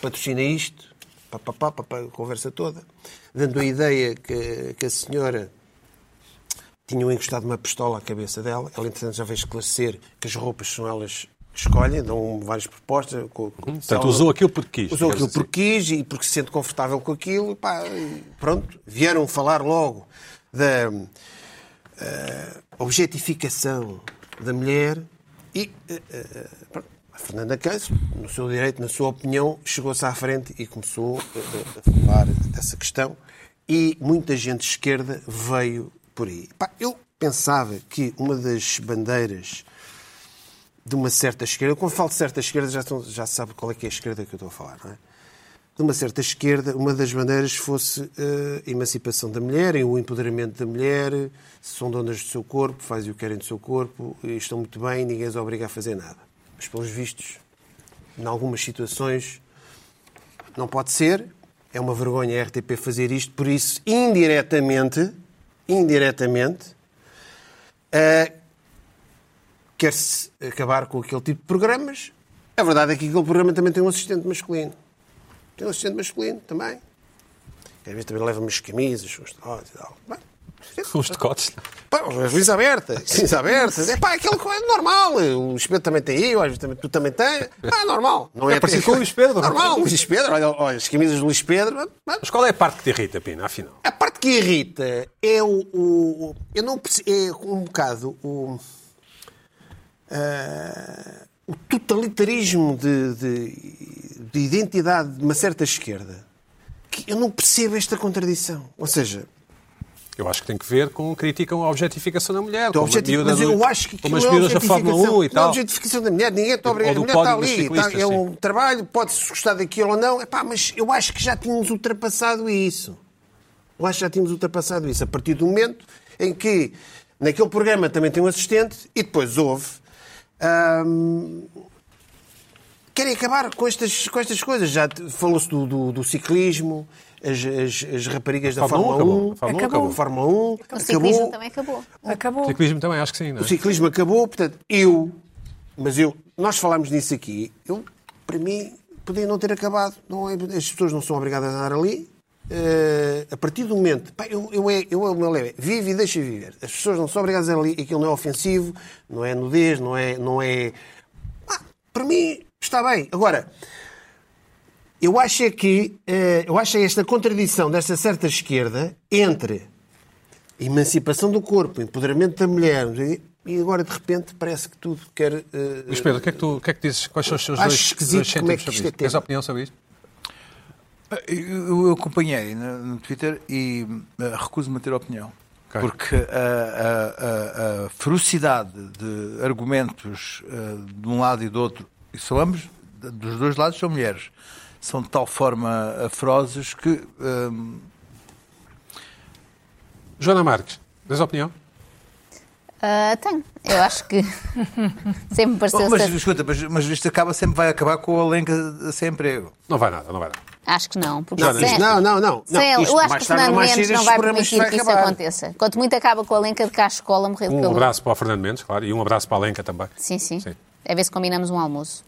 Speaker 2: patrocina isto, pá, pá, pá, pá, pá, conversa toda, dando a ideia que, que a senhora tinham encostado uma pistola à cabeça dela. Ela, entretanto, já veio esclarecer que as roupas são elas que escolhem, dão várias propostas. Co- co- se
Speaker 1: Portanto,
Speaker 2: ela-
Speaker 1: usou aquilo porque quis,
Speaker 2: Usou
Speaker 1: digamos
Speaker 2: aquilo
Speaker 1: assim.
Speaker 2: porque quis e porque se sente confortável com aquilo. Pá, e pronto, vieram falar logo da eh, objetificação da mulher e eh, eh, pronto, a Fernanda Câncer, no seu direito, na sua opinião, chegou-se à frente e começou eh, eh, a falar dessa questão e muita gente de esquerda veio por aí. Pá, eu pensava que uma das bandeiras de uma certa esquerda, quando falo de certa esquerda já, estão, já se sabe qual é que é a esquerda que eu estou a falar, não é? de uma certa esquerda, uma das bandeiras fosse a emancipação da mulher e o empoderamento da mulher, são donas do seu corpo, fazem o que querem do seu corpo, e estão muito bem, ninguém as obriga a fazer nada. Mas, pelos vistos, em algumas situações, não pode ser. É uma vergonha a RTP fazer isto, por isso, indiretamente, indiretamente, eh, quer-se acabar com aquele tipo de programas. A verdade é que aquele programa também tem um assistente masculino. Tem um assistente masculino também. Que às vezes também leva umas camisas, uns trotes e tal. Bem,
Speaker 1: Os decotes.
Speaker 2: Pá, as luzes abertas, as luzes abertas. É pá, aquilo que é normal. O Luís Pedro também tem eu, às vezes também, tu também tens. Pá, normal. Não
Speaker 1: É parecido com o Luís Pedro.
Speaker 2: Normal, o Luís Pedro. Olha, olha, as camisas do Luís Pedro. mas-
Speaker 1: Mas qual é a parte que te irrita, Pina, afinal?
Speaker 2: a parte que irrita é o. o- o- eu não perce- É um bocado o. ah, o totalitarismo de, de- de identidade de uma certa esquerda. Que eu não percebo esta contradição. Ou seja,
Speaker 1: Eu acho que tem que ver com criticam a objetificação da mulher.
Speaker 2: do
Speaker 1: como a
Speaker 2: objetivo,
Speaker 1: miúda
Speaker 2: Então, mas
Speaker 1: do-
Speaker 2: eu acho que
Speaker 1: como
Speaker 2: aquilo
Speaker 1: as
Speaker 2: é
Speaker 1: miúdas da
Speaker 2: objetificação.
Speaker 1: Fórmula 1 e
Speaker 2: Não é
Speaker 1: tal.
Speaker 2: objetificação da mulher, ninguém está obrigado. A
Speaker 1: Ou do
Speaker 2: mulher está
Speaker 1: pódio dos
Speaker 2: ali,
Speaker 1: ciclistas,
Speaker 2: está- é
Speaker 1: sim.
Speaker 2: um trabalho, pode-se gostar daquilo ou não. Epá, mas eu acho que já tínhamos ultrapassado isso. Eu acho que já tínhamos ultrapassado isso a partir do momento em que naquele programa também tem um assistente e depois houve. hum, querem acabar com estas, com estas coisas. Já te- falou-se do, do- do ciclismo, as, as- as raparigas da
Speaker 1: A Fórmula
Speaker 2: Fórmula,
Speaker 1: 1 acabou.
Speaker 2: 1.
Speaker 1: A Fórmula 1
Speaker 2: acabou.
Speaker 1: acabou.
Speaker 2: A Fórmula 1 acabou.
Speaker 6: O ciclismo também acabou.
Speaker 1: O
Speaker 3: Acabou.
Speaker 1: ciclismo também, acho que sim, não é?
Speaker 2: O ciclismo acabou, portanto, eu, mas eu, nós falámos nisso aqui, eu, para mim, podia não ter acabado. Não é, as pessoas não são obrigadas a andar ali. Eh, a partir do momento, pá, eu, eu, é- eu, é o meu lema, é, vive e deixa viver. As pessoas não são obrigadas a andar ali, aquilo não é ofensivo, não é nudez, não é. Não é pá, para mim, está bem. Agora, eu acho é que eh, eu acho é esta contradição desta certa esquerda entre emancipação do corpo, empoderamento da mulher, e agora de repente parece que tudo quer. eh,
Speaker 1: Luís Pedro, o que é que tu o que é que dizes? Quais são os teus
Speaker 2: Acho
Speaker 1: dois,
Speaker 2: esquisito
Speaker 1: dois
Speaker 2: como é
Speaker 1: cêntimos
Speaker 2: que
Speaker 1: sobre
Speaker 2: isto é
Speaker 1: isto? Tens
Speaker 2: tema.
Speaker 1: opinião sobre isto?
Speaker 5: Ah, Eu, eu acompanhei no, no Twitter e eh, recuso-me a ter opinião.
Speaker 1: Ok.
Speaker 5: Porque a, a- a- a ferocidade de argumentos eh, de um lado e do outro, e são ambos, d- dos dois lados são mulheres, são de tal forma afrozes que eh,
Speaker 1: Joana Marques, tens opinião?
Speaker 6: Ah, tenho. Eu acho que sempre me pareceu
Speaker 5: Oh, mas
Speaker 6: ser-
Speaker 5: escuta, mas, mas isto acaba sempre, vai acabar com o elenco sem emprego.
Speaker 1: Não vai nada, não vai nada.
Speaker 6: Acho que não. Porque
Speaker 2: Não,
Speaker 6: sem-
Speaker 2: isto- não, não, não.
Speaker 6: sem
Speaker 2: não
Speaker 6: ele-
Speaker 2: isto,
Speaker 6: eu acho que
Speaker 2: mais
Speaker 6: o
Speaker 2: tarde ou
Speaker 6: Fernando
Speaker 2: mais
Speaker 6: Mendes
Speaker 2: cedo
Speaker 6: não
Speaker 2: estes
Speaker 6: vai
Speaker 2: programas
Speaker 6: permitir que isso
Speaker 2: acabar.
Speaker 6: aconteça. Quanto muito acaba com a lenca de Cascola morrer de
Speaker 1: Um
Speaker 6: calor.
Speaker 1: abraço para o Fernando Mendes, claro, e um abraço para a Lenca também.
Speaker 6: Sim, sim.
Speaker 1: Sim.
Speaker 6: É ver se combinamos um almoço.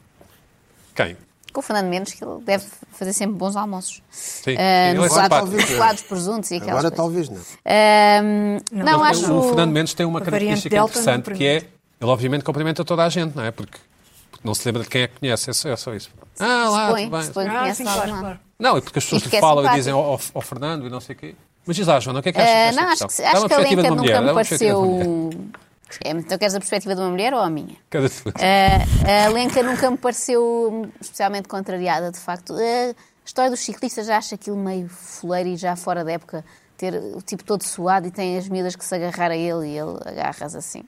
Speaker 1: Quem?
Speaker 6: Com o Fernando Mendes, que ele deve fazer sempre bons almoços.
Speaker 1: Sim.
Speaker 6: Ah,
Speaker 1: Ele é
Speaker 6: Colados,
Speaker 1: simpático.
Speaker 6: colados, presuntos e aquelas
Speaker 2: Agora talvez
Speaker 6: coisas.
Speaker 2: não.
Speaker 6: Ah, não,
Speaker 3: Ele-
Speaker 6: acho...
Speaker 1: O Fernando Mendes tem uma
Speaker 3: a variante
Speaker 1: característica
Speaker 3: Delta não
Speaker 1: interessante que é, ele obviamente cumprimenta toda a gente, não é? Porque, porque não se lembra de quem é que conhece, é só, é só isso. Ah, lá,
Speaker 6: Supõe,
Speaker 1: tudo bem.
Speaker 6: supõe que
Speaker 3: Ah,
Speaker 6: conhece
Speaker 3: sim,
Speaker 6: alguém
Speaker 3: claro,
Speaker 6: lá.
Speaker 3: claro.
Speaker 1: Não, e porque as pessoas
Speaker 6: E que é
Speaker 1: te falam e
Speaker 6: simpático.
Speaker 1: dizem ao, ao- ao Fernando e não sei o quê. Mas diz lá, Joana, o que é que achas
Speaker 6: Ah,
Speaker 1: desta
Speaker 6: não, acho
Speaker 1: expressão?
Speaker 6: que,
Speaker 1: Dá
Speaker 6: acho
Speaker 1: uma
Speaker 6: que a
Speaker 1: perspectiva de
Speaker 6: Lenca
Speaker 1: uma mulher,
Speaker 6: nunca
Speaker 1: dá
Speaker 6: me
Speaker 1: uma perspectiva de uma mulher.
Speaker 6: pareceu. É, então queres a perspectiva de uma mulher ou a minha?
Speaker 1: Cada vez-
Speaker 6: Ah, a Lenca nunca me pareceu especialmente contrariada, de facto. Ah, a história dos ciclistas já acho aquilo meio foleiro e já fora da época. Ter o tipo todo suado e tem as miúdas que se agarrar a ele e ele agarras assim.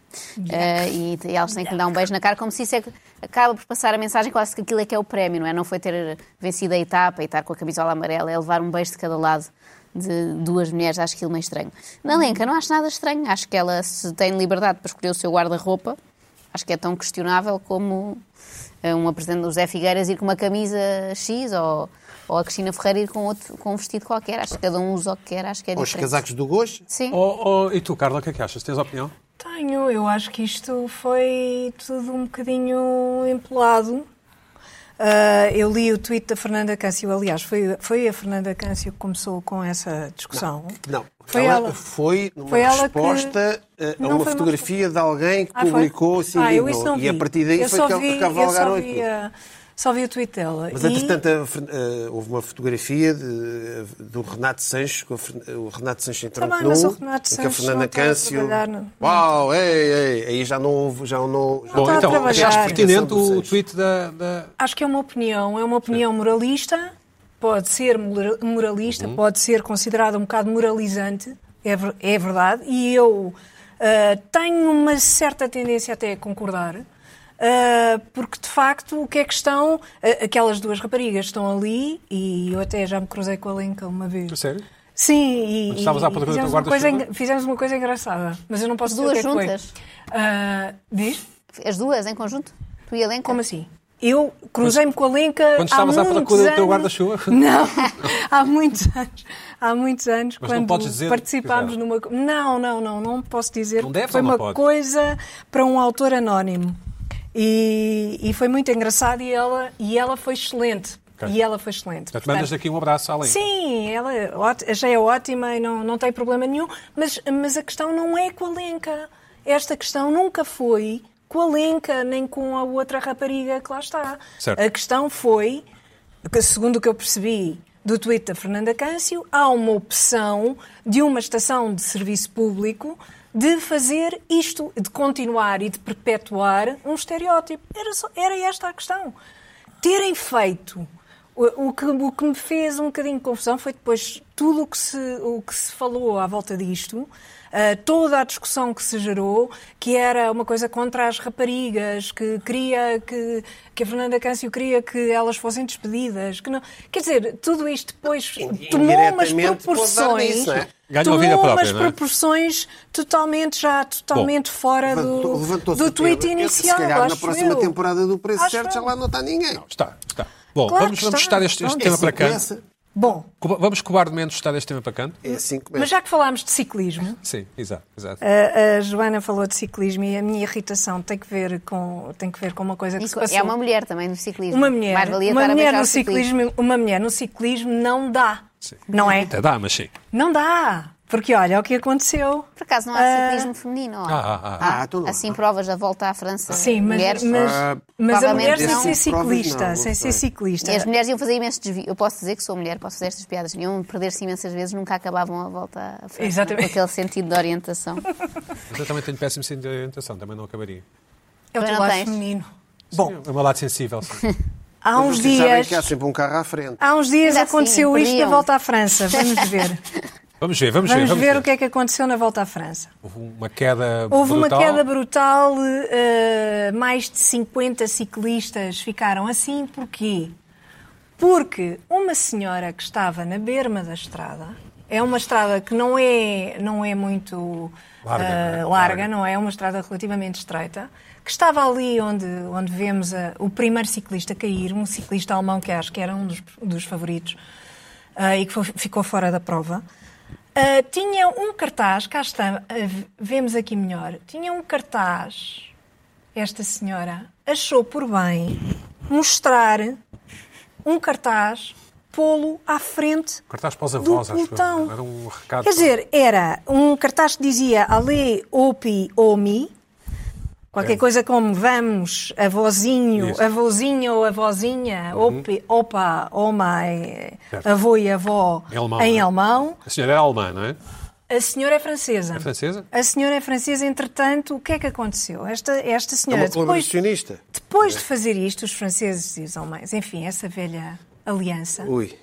Speaker 6: Ah, e, e elas têm que lhe dar um beijo na cara, como se isso é que acaba por passar a mensagem quase que aquilo é que é o prémio, não é? Não foi ter vencido a etapa e estar com a camisola amarela, é levar um beijo de cada lado de duas mulheres, acho aquilo meio estranho. Na Lenca não acho nada estranho, acho que ela se tem liberdade para escolher o seu guarda-roupa, Acho que é tão questionável como eh, um apresentador, o Zé Figueiras, ir com uma camisa X ou, ou a Cristina Ferreira ir com, outro, com um vestido qualquer. Acho que cada um usa o que quer, acho que é
Speaker 2: Ou os
Speaker 6: diferente.
Speaker 2: casacos do Gojo.
Speaker 6: Sim,
Speaker 1: Oh, oh, e tu, Carla, o que é que achas? Tens opinião?
Speaker 3: Tenho, eu acho que isto foi tudo um bocadinho empolado. Ah, eu li o tweet da Fernanda Câncio, aliás, foi, foi a Fernanda Câncio que começou com essa discussão.
Speaker 2: Não.
Speaker 3: Foi ela.
Speaker 2: Foi numa
Speaker 3: Foi ela que-
Speaker 2: resposta eh, a
Speaker 3: Não foi
Speaker 2: uma
Speaker 3: uma
Speaker 2: fotografia de alguém que
Speaker 3: Ah, foi?
Speaker 2: publicou se
Speaker 3: Ah,
Speaker 2: indignou.
Speaker 3: eu isso não
Speaker 2: E a
Speaker 3: vi.
Speaker 2: partir daí
Speaker 3: Eu
Speaker 2: foi
Speaker 3: só
Speaker 2: que
Speaker 3: vi-
Speaker 2: que
Speaker 3: eu
Speaker 2: cavalgaram
Speaker 3: só vi
Speaker 2: aquilo.
Speaker 3: a- Só vi o tweet dela.
Speaker 2: Mas,
Speaker 3: E-
Speaker 2: entretanto, a Fern- eh, houve uma fotografia de- do Renato Sanches, com a Fern- o Renato Sanches em tronco
Speaker 3: Tá bem, mas
Speaker 2: nu,
Speaker 3: o Renato
Speaker 2: em que a
Speaker 3: Sanches
Speaker 2: Fernanda
Speaker 3: não está a
Speaker 2: Câncio...
Speaker 3: trabalhar, não.
Speaker 2: Uau, ei, ei, aí já não houve... Já não, já
Speaker 3: Bom, está tá a
Speaker 1: então,
Speaker 3: trabalhar.
Speaker 1: achaste pertinente
Speaker 2: Sanches.
Speaker 1: o tweet da... da-
Speaker 3: Acho que é uma opinião, é uma opinião moralista, pode ser mora- moralista,
Speaker 2: Uhum.
Speaker 3: pode ser considerada um bocado moralizante, é, ver- é verdade, e eu ah, tenho uma certa tendência até a concordar, ah, porque de facto o que é que estão, ah, aquelas duas raparigas estão ali, e eu até já me cruzei com a Lenca uma vez.
Speaker 1: Sério?
Speaker 3: Sim, e,
Speaker 1: Quando estavas à
Speaker 3: e
Speaker 1: procura do
Speaker 3: fizemos, uma
Speaker 1: guarda-chuva?
Speaker 3: coisa, engra- fizemos uma coisa engraçada, mas eu não posso dizer
Speaker 6: Duas
Speaker 3: o que é que foi.
Speaker 6: juntas?
Speaker 3: Ah, diz?
Speaker 6: as duas em conjunto? Tu e a Lenca?
Speaker 3: Como assim? Eu cruzei-me com a Lenca
Speaker 1: Quando
Speaker 3: há
Speaker 1: estavas à
Speaker 3: muitos
Speaker 1: procura do teu
Speaker 3: anos-
Speaker 1: guarda-chuva?
Speaker 3: Não, há muitos anos. Há muitos anos,
Speaker 1: Mas não
Speaker 3: quando
Speaker 1: podes dizer o que
Speaker 3: participámos
Speaker 1: quiseres.
Speaker 3: numa... co- Não, não, não, não posso dizer.
Speaker 1: Não deves
Speaker 3: foi
Speaker 1: ou não
Speaker 3: uma
Speaker 1: podes?
Speaker 3: coisa para um autor anónimo. E, e foi muito engraçado e ela, e ela foi excelente.
Speaker 1: Ok.
Speaker 3: E ela foi excelente.
Speaker 1: Portanto, mandas
Speaker 3: Portanto,
Speaker 1: daqui um abraço à Lenca.
Speaker 3: Sim, ela é óti- já é ótima e não, não tem problema nenhum, mas, mas a questão não é com a Lenca. Esta questão nunca foi com a Lenca, nem com a outra rapariga que lá está.
Speaker 1: Certo.
Speaker 3: A questão foi, que, segundo o que eu percebi do tweet da Fernanda Câncio, há uma opção de uma estação de serviço público de fazer isto, de continuar e de perpetuar um estereótipo. Era, só- era esta a questão. Terem feito o, o que, o que me fez um bocadinho de confusão foi depois tudo o que se, o que se falou à volta disto, ah, toda a discussão que se gerou, que era uma coisa contra as raparigas, que queria que, que a Fernanda Câncio queria que elas fossem despedidas. Que não, quer dizer, tudo isto depois tomou umas
Speaker 2: Indiretamente pode dar
Speaker 3: proporções.
Speaker 2: nisso, não é?
Speaker 1: Ganhou
Speaker 3: tomou
Speaker 1: vida própria,
Speaker 3: umas
Speaker 1: não é?
Speaker 3: proporções totalmente já totalmente fora
Speaker 2: Levantou-
Speaker 3: É do,
Speaker 2: Levantou-se
Speaker 3: do
Speaker 2: o tema.
Speaker 3: tweet
Speaker 2: Eu-
Speaker 3: inicial.
Speaker 2: Se calhar na
Speaker 3: acho
Speaker 2: próxima
Speaker 3: eu.
Speaker 2: temporada do Preço
Speaker 3: Acho
Speaker 2: Certo já
Speaker 3: eu.
Speaker 2: lá não está ninguém.
Speaker 1: Está, está. Bom,
Speaker 3: Claro
Speaker 1: vamos,
Speaker 3: que
Speaker 1: vamos
Speaker 3: está.
Speaker 1: estar este, este
Speaker 3: Pronto.
Speaker 1: tema
Speaker 2: Esse
Speaker 1: para canto.
Speaker 2: começa.
Speaker 3: Bom,
Speaker 1: Co- Vamos cobardemente estar este tema para canto?
Speaker 2: É assim que
Speaker 3: mas
Speaker 2: começa.
Speaker 3: já que falámos de ciclismo,
Speaker 1: Sim, exato, exato.
Speaker 3: A, a Joana falou de ciclismo e a minha irritação tem que ver com, tem que ver com uma coisa que
Speaker 6: E
Speaker 3: se
Speaker 6: co-
Speaker 3: passou.
Speaker 6: é uma mulher também no ciclismo.
Speaker 3: Uma mulher,
Speaker 6: Mais valia
Speaker 3: uma
Speaker 6: estar a
Speaker 3: mulher
Speaker 6: beijar
Speaker 3: no
Speaker 6: o ciclismo.
Speaker 3: ciclismo, uma mulher no ciclismo não dá,
Speaker 1: Sim.
Speaker 3: não é?
Speaker 2: Então.
Speaker 1: Até dá, mas sim.
Speaker 3: Não dá, porque olha é o que aconteceu.
Speaker 6: Por acaso não há
Speaker 3: Ah,
Speaker 6: ciclismo feminino? ó.
Speaker 1: Ah, ah, ah.
Speaker 2: Ah, então não há.
Speaker 6: Assim provas da volta à França.
Speaker 3: Sim, mas,
Speaker 6: mulheres.
Speaker 3: mas,
Speaker 2: Ah,
Speaker 3: mas a mulher
Speaker 6: provavelmente
Speaker 3: sem
Speaker 6: não.
Speaker 3: ser
Speaker 2: Provavelmente
Speaker 3: ciclista,
Speaker 2: não, não
Speaker 3: sem ser
Speaker 2: sei.
Speaker 3: ciclista.
Speaker 6: E as mulheres iam fazer imensos desvios. Eu posso dizer que sou mulher, posso fazer estas piadas. Iam perder-se imensas vezes, nunca acabavam a volta à França. não é?
Speaker 3: Exatamente.
Speaker 6: Com aquele sentido de orientação.
Speaker 1: Mas eu também tenho péssimo sentido de orientação, também não acabaria.
Speaker 3: É o
Speaker 6: Também
Speaker 3: teu
Speaker 6: não
Speaker 3: lado
Speaker 6: tens.
Speaker 3: feminino.
Speaker 1: Bom. É o meu lado sensível. sim.
Speaker 3: Há
Speaker 2: Mas
Speaker 3: uns
Speaker 2: vocês sabem
Speaker 3: dias, Ah,
Speaker 2: que há sempre um carro à frente.
Speaker 3: há uns dias
Speaker 6: Ainda assim,
Speaker 3: aconteceu isto na
Speaker 6: perdiam.
Speaker 3: volta à França. Vamos ver,
Speaker 1: Vamos ver, vamos, ver.
Speaker 3: vamos ver o que é que aconteceu na volta à França.
Speaker 1: Houve uma queda
Speaker 3: Houve
Speaker 1: brutal.
Speaker 3: uma queda brutal, eh, mais de 50 ciclistas ficaram assim, porquê? Porque uma senhora que estava na berma da estrada, É uma estrada que não é, não é muito
Speaker 1: Larga,
Speaker 3: ah,
Speaker 1: não é?
Speaker 3: larga, não é? É uma estrada relativamente estreita, que estava ali onde, onde vemos a- o primeiro ciclista cair, um ciclista alemão que acho que era um dos, dos favoritos ah, e que foi- ficou fora da prova. Ah, tinha um cartaz, cá está, ah, v- vemos aqui melhor, tinha um cartaz, esta senhora achou por bem mostrar um cartaz, pô-lo à frente
Speaker 1: Cartaz para os
Speaker 3: do
Speaker 1: avós, acho
Speaker 3: pelotão.
Speaker 1: eu. Era um recado.
Speaker 3: Quer dizer, era um cartaz que dizia Ale, Opi, Omi, qualquer coisa como vamos, avózinho,
Speaker 1: É. Isso. Uhum.
Speaker 3: avózinho ou avózinha, Opi, opa, oma, eh,
Speaker 1: Certo.
Speaker 3: avô e avó
Speaker 1: Em alemão,
Speaker 3: em
Speaker 1: não é?
Speaker 3: alemão.
Speaker 1: A senhora era alemã, não é?
Speaker 3: A senhora é francesa.
Speaker 1: É francesa?
Speaker 3: A senhora é francesa, entretanto, o que é que aconteceu? Esta, esta
Speaker 2: É
Speaker 3: senhora,
Speaker 2: uma
Speaker 3: depois,
Speaker 2: colaboracionista.
Speaker 1: É.
Speaker 3: depois de fazer isto, os franceses e os alemães, enfim, essa velha aliança,
Speaker 2: Ui.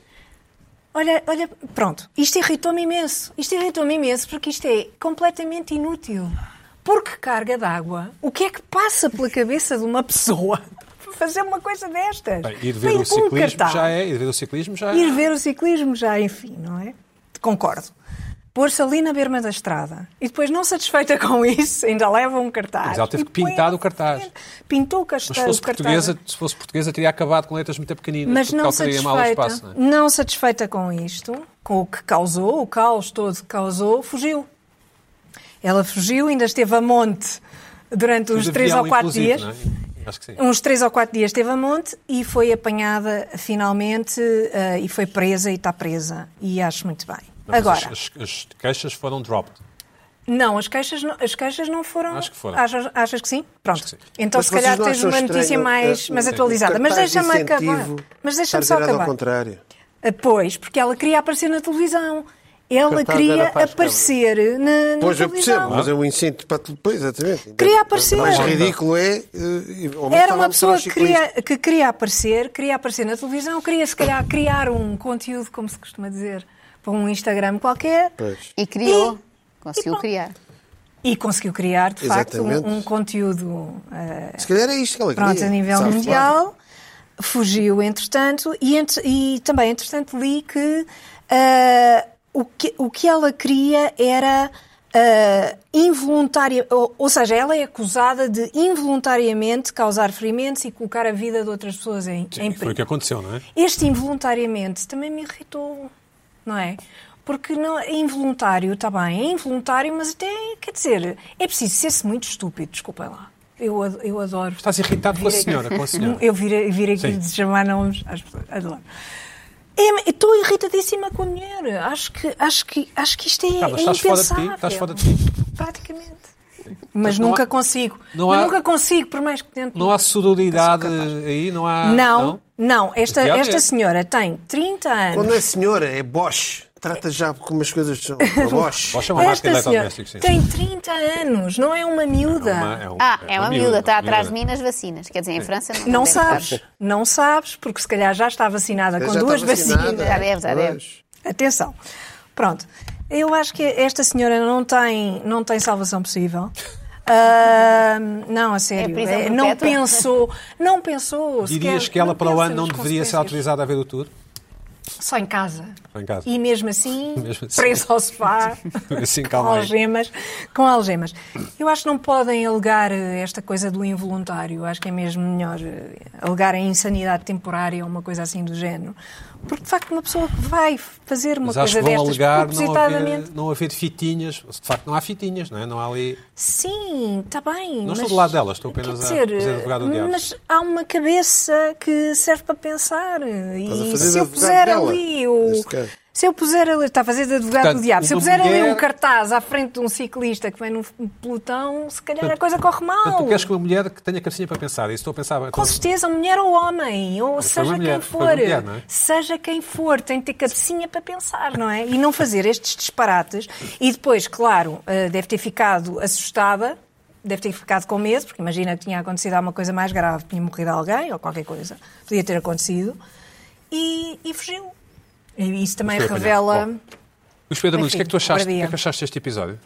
Speaker 3: Olha, olha, pronto, isto irritou-me imenso. Isto irritou-me imenso porque isto é completamente inútil. Porque carga d'água, o que é que passa pela cabeça de uma pessoa para fazer uma coisa destas?
Speaker 1: Bem, ir ver o
Speaker 3: Vem com um
Speaker 1: ciclismo
Speaker 3: cartaz.
Speaker 1: já é. Ir ver o ciclismo já é.
Speaker 3: Ir ver o ciclismo já, enfim, não é? Concordo. Pôr-se ali na berma da estrada e depois, não satisfeita com isso, ainda leva um cartaz.
Speaker 1: Mas ela teve
Speaker 3: E
Speaker 1: que
Speaker 3: põe
Speaker 1: pintar
Speaker 3: à
Speaker 1: o cartaz.
Speaker 3: frente. Pintou o, casta-
Speaker 1: Mas se fosse,
Speaker 3: o cartaz.
Speaker 1: portuguesa, se fosse portuguesa, teria acabado com letras muito pequeninas.
Speaker 3: Mas
Speaker 1: porque
Speaker 3: não
Speaker 1: ela teria mal o
Speaker 3: satisfeita,
Speaker 1: espaço, não é?
Speaker 3: não satisfeita com isto, com o que causou, o caos todo que causou, fugiu. Ela fugiu, ainda esteve a monte durante uns
Speaker 1: Ainda
Speaker 3: três
Speaker 1: havia
Speaker 3: ou
Speaker 1: ela,
Speaker 3: quatro
Speaker 1: inclusive,
Speaker 3: dias. Um,
Speaker 1: não é? Acho que sim.
Speaker 3: Uns três ou quatro dias esteve a monte e foi apanhada finalmente eh, e foi presa e está presa. E acho muito bem.
Speaker 1: Não, mas
Speaker 3: Agora,
Speaker 1: As, as- as queixas foram dropped.
Speaker 3: não, as queixas não, as queixas não foram.
Speaker 1: Acho que foram.
Speaker 3: Achas, achas que sim? Pronto.
Speaker 1: que sim.
Speaker 3: Então,
Speaker 2: Mas
Speaker 3: se calhar,
Speaker 2: vocês não
Speaker 3: tens
Speaker 2: acham
Speaker 3: uma notícia
Speaker 2: estranho,
Speaker 3: mais,
Speaker 2: eh,
Speaker 3: mais
Speaker 2: o
Speaker 3: atualizada. Mas
Speaker 2: cartaz de
Speaker 3: deixa-me acabar.
Speaker 2: incentivo
Speaker 3: Mas deixa-me só
Speaker 2: estar virado ao
Speaker 3: acabar.
Speaker 2: contrário.
Speaker 3: Ah, Pois, porque ela queria aparecer na televisão. Ela
Speaker 5: cartaz
Speaker 3: queria
Speaker 5: era para as
Speaker 3: aparecer na, na
Speaker 2: Pois eu
Speaker 3: televisão.
Speaker 2: percebo, mas é um incentivo para tudo. Pois, exatamente.
Speaker 3: Queria aparecer.
Speaker 2: Mais ridículo é. eh, ao menos
Speaker 3: Era
Speaker 2: estava a mostrar
Speaker 3: uma
Speaker 2: ao
Speaker 3: pessoa que
Speaker 2: ciclista.
Speaker 3: queria, que queria aparecer, queria aparecer na televisão, queria se calhar criar um conteúdo, como se costuma dizer, para um Instagram qualquer.
Speaker 2: Pois.
Speaker 6: E criou.
Speaker 3: E-
Speaker 6: Conseguiu
Speaker 3: e-
Speaker 6: criar.
Speaker 3: E conseguiu criar, de facto,
Speaker 2: Exatamente.
Speaker 3: um, um conteúdo ah,
Speaker 2: Se calhar é isto que ela queria.
Speaker 3: Pronto, a nível
Speaker 2: sabe?
Speaker 3: mundial. Fugiu, entretanto, e, entre- e também, entretanto, li que, ah, o que o que ela queria era ah, involuntária, ou, ou seja, ela é acusada de involuntariamente causar ferimentos e colocar a vida de outras pessoas em,
Speaker 1: Sim,
Speaker 3: em
Speaker 1: foi o que
Speaker 3: perigo.
Speaker 1: aconteceu, não é?
Speaker 3: Este involuntariamente também me irritou, não é? Porque não, é involuntário, está bem, é involuntário, mas até, quer dizer, é preciso ser-se muito estúpido, desculpem lá. Eu, ad- eu adoro.
Speaker 1: Estás irritado com a
Speaker 3: Virei-
Speaker 1: senhora, com a senhora.
Speaker 3: Eu virei, virei aqui
Speaker 1: Sim.
Speaker 3: de chamar nomes às pessoas. Adoro. É, eu Estou irritadíssima com a mulher. Acho que, acho que, acho que isto é,
Speaker 1: Carla,
Speaker 3: é
Speaker 1: Tá, estás fora de ti,
Speaker 3: impensável.
Speaker 1: estás fora de ti. Então
Speaker 3: Praticamente. Mas
Speaker 1: não
Speaker 3: nunca
Speaker 1: há-
Speaker 3: consigo.
Speaker 1: não
Speaker 3: Mas
Speaker 1: há-
Speaker 3: nunca consigo, por mais que tente.
Speaker 1: Não há sororidade
Speaker 3: Sou capaz.
Speaker 1: aí, não há.
Speaker 3: Tá Não, não. Esta,
Speaker 1: Devia
Speaker 3: esta
Speaker 1: haver.
Speaker 3: senhora tem 30
Speaker 2: Quando
Speaker 3: anos.
Speaker 2: é senhora, é Bosch. Trata já como as coisas são. A Bosch.
Speaker 1: Bosch é uma marca de
Speaker 3: Esta senhora
Speaker 1: eletrodoméstico, sim.
Speaker 3: tem 30 anos, não é uma miúda.
Speaker 1: Uma- um-
Speaker 6: Ah, é uma miúda,
Speaker 3: tá
Speaker 6: está atrás de
Speaker 1: miúda.
Speaker 6: mim nas vacinas. Quer dizer, em França não
Speaker 3: Não
Speaker 6: deve
Speaker 3: sabes,
Speaker 6: estar.
Speaker 3: não sabes, porque se calhar já está vacinada com
Speaker 2: Já
Speaker 3: duas
Speaker 2: está vacinada.
Speaker 3: vacinas.
Speaker 6: Já deve, já deve.
Speaker 2: Pois.
Speaker 3: Atenção. Pronto. Eu acho que esta senhora não tem, não tem salvação possível. Ahm, não, a sério.
Speaker 6: prisão
Speaker 3: Eh, não
Speaker 6: perpétua.
Speaker 3: pensou. Não pensou.
Speaker 1: Dirias
Speaker 3: sequer-
Speaker 1: que ela
Speaker 3: não
Speaker 1: para o
Speaker 3: pensa
Speaker 1: ano não
Speaker 3: nas
Speaker 1: deveria ser
Speaker 3: consequências.
Speaker 1: autorizada a ver o tour?
Speaker 3: Só em casa.
Speaker 1: Só em casa.
Speaker 3: E mesmo assim,
Speaker 1: Mesmo assim.
Speaker 3: preso ao sofá,
Speaker 1: Assim,
Speaker 3: com,
Speaker 1: calma aí.
Speaker 3: algemas, com algemas. Eu acho que não podem alegar eh, esta coisa do involuntário. Acho que é mesmo melhor eh, alegar a insanidade temporária ou uma coisa assim do género. Porque, de facto, uma pessoa que vai fazer uma
Speaker 1: Mas acho
Speaker 3: coisa
Speaker 1: que vão
Speaker 3: destas
Speaker 1: alegar não
Speaker 3: propositadamente...
Speaker 1: haver, não haver fitinhas. De facto, não há fitinhas, não é? Não há ali.
Speaker 3: Sim, está bem.
Speaker 1: Não
Speaker 3: mas-
Speaker 1: estou do lado delas, estou apenas
Speaker 3: Quer
Speaker 1: a
Speaker 3: dizer,
Speaker 1: fazer advogado do diabo.
Speaker 3: Mas há uma cabeça que serve para pensar.
Speaker 2: Estás a
Speaker 3: E
Speaker 2: fazer de
Speaker 3: se eu
Speaker 2: advogado
Speaker 3: puser
Speaker 2: dela,
Speaker 3: ali o.
Speaker 2: neste caso.
Speaker 3: Se eu puser ali. Está a fazer de advogado
Speaker 1: Portanto,
Speaker 3: do diabo. Se eu
Speaker 1: uma
Speaker 3: puser ali
Speaker 1: mulher-
Speaker 3: um cartaz à frente de um ciclista que vem num pelotão, se calhar a coisa corre
Speaker 1: Portanto,
Speaker 3: mal.
Speaker 1: tu queres que uma mulher que tenha cabecinha para pensar. Isso estou a pensar. então,
Speaker 3: Com certeza, um mulher ou homem, ou
Speaker 1: foi
Speaker 3: seja
Speaker 1: uma mulher,
Speaker 3: quem
Speaker 1: foi
Speaker 3: for,
Speaker 1: uma mulher, não é?
Speaker 3: seja quem for, tem de ter cabecinha para pensar, não é? E não fazer estes disparates. E depois, claro, eh, deve ter ficado assustada, deve ter ficado com medo, porque imagina que tinha acontecido alguma coisa mais grave, tinha morrido alguém ou qualquer coisa, podia ter acontecido, e, e fugiu. E isso também
Speaker 1: Foi apanhado.
Speaker 3: revela.
Speaker 1: Bom. Luís Pedro Nunes, o que é que tu
Speaker 3: Enfim,
Speaker 1: achaste? O
Speaker 3: bom
Speaker 1: que
Speaker 3: dia.
Speaker 1: é que achaste deste episódio?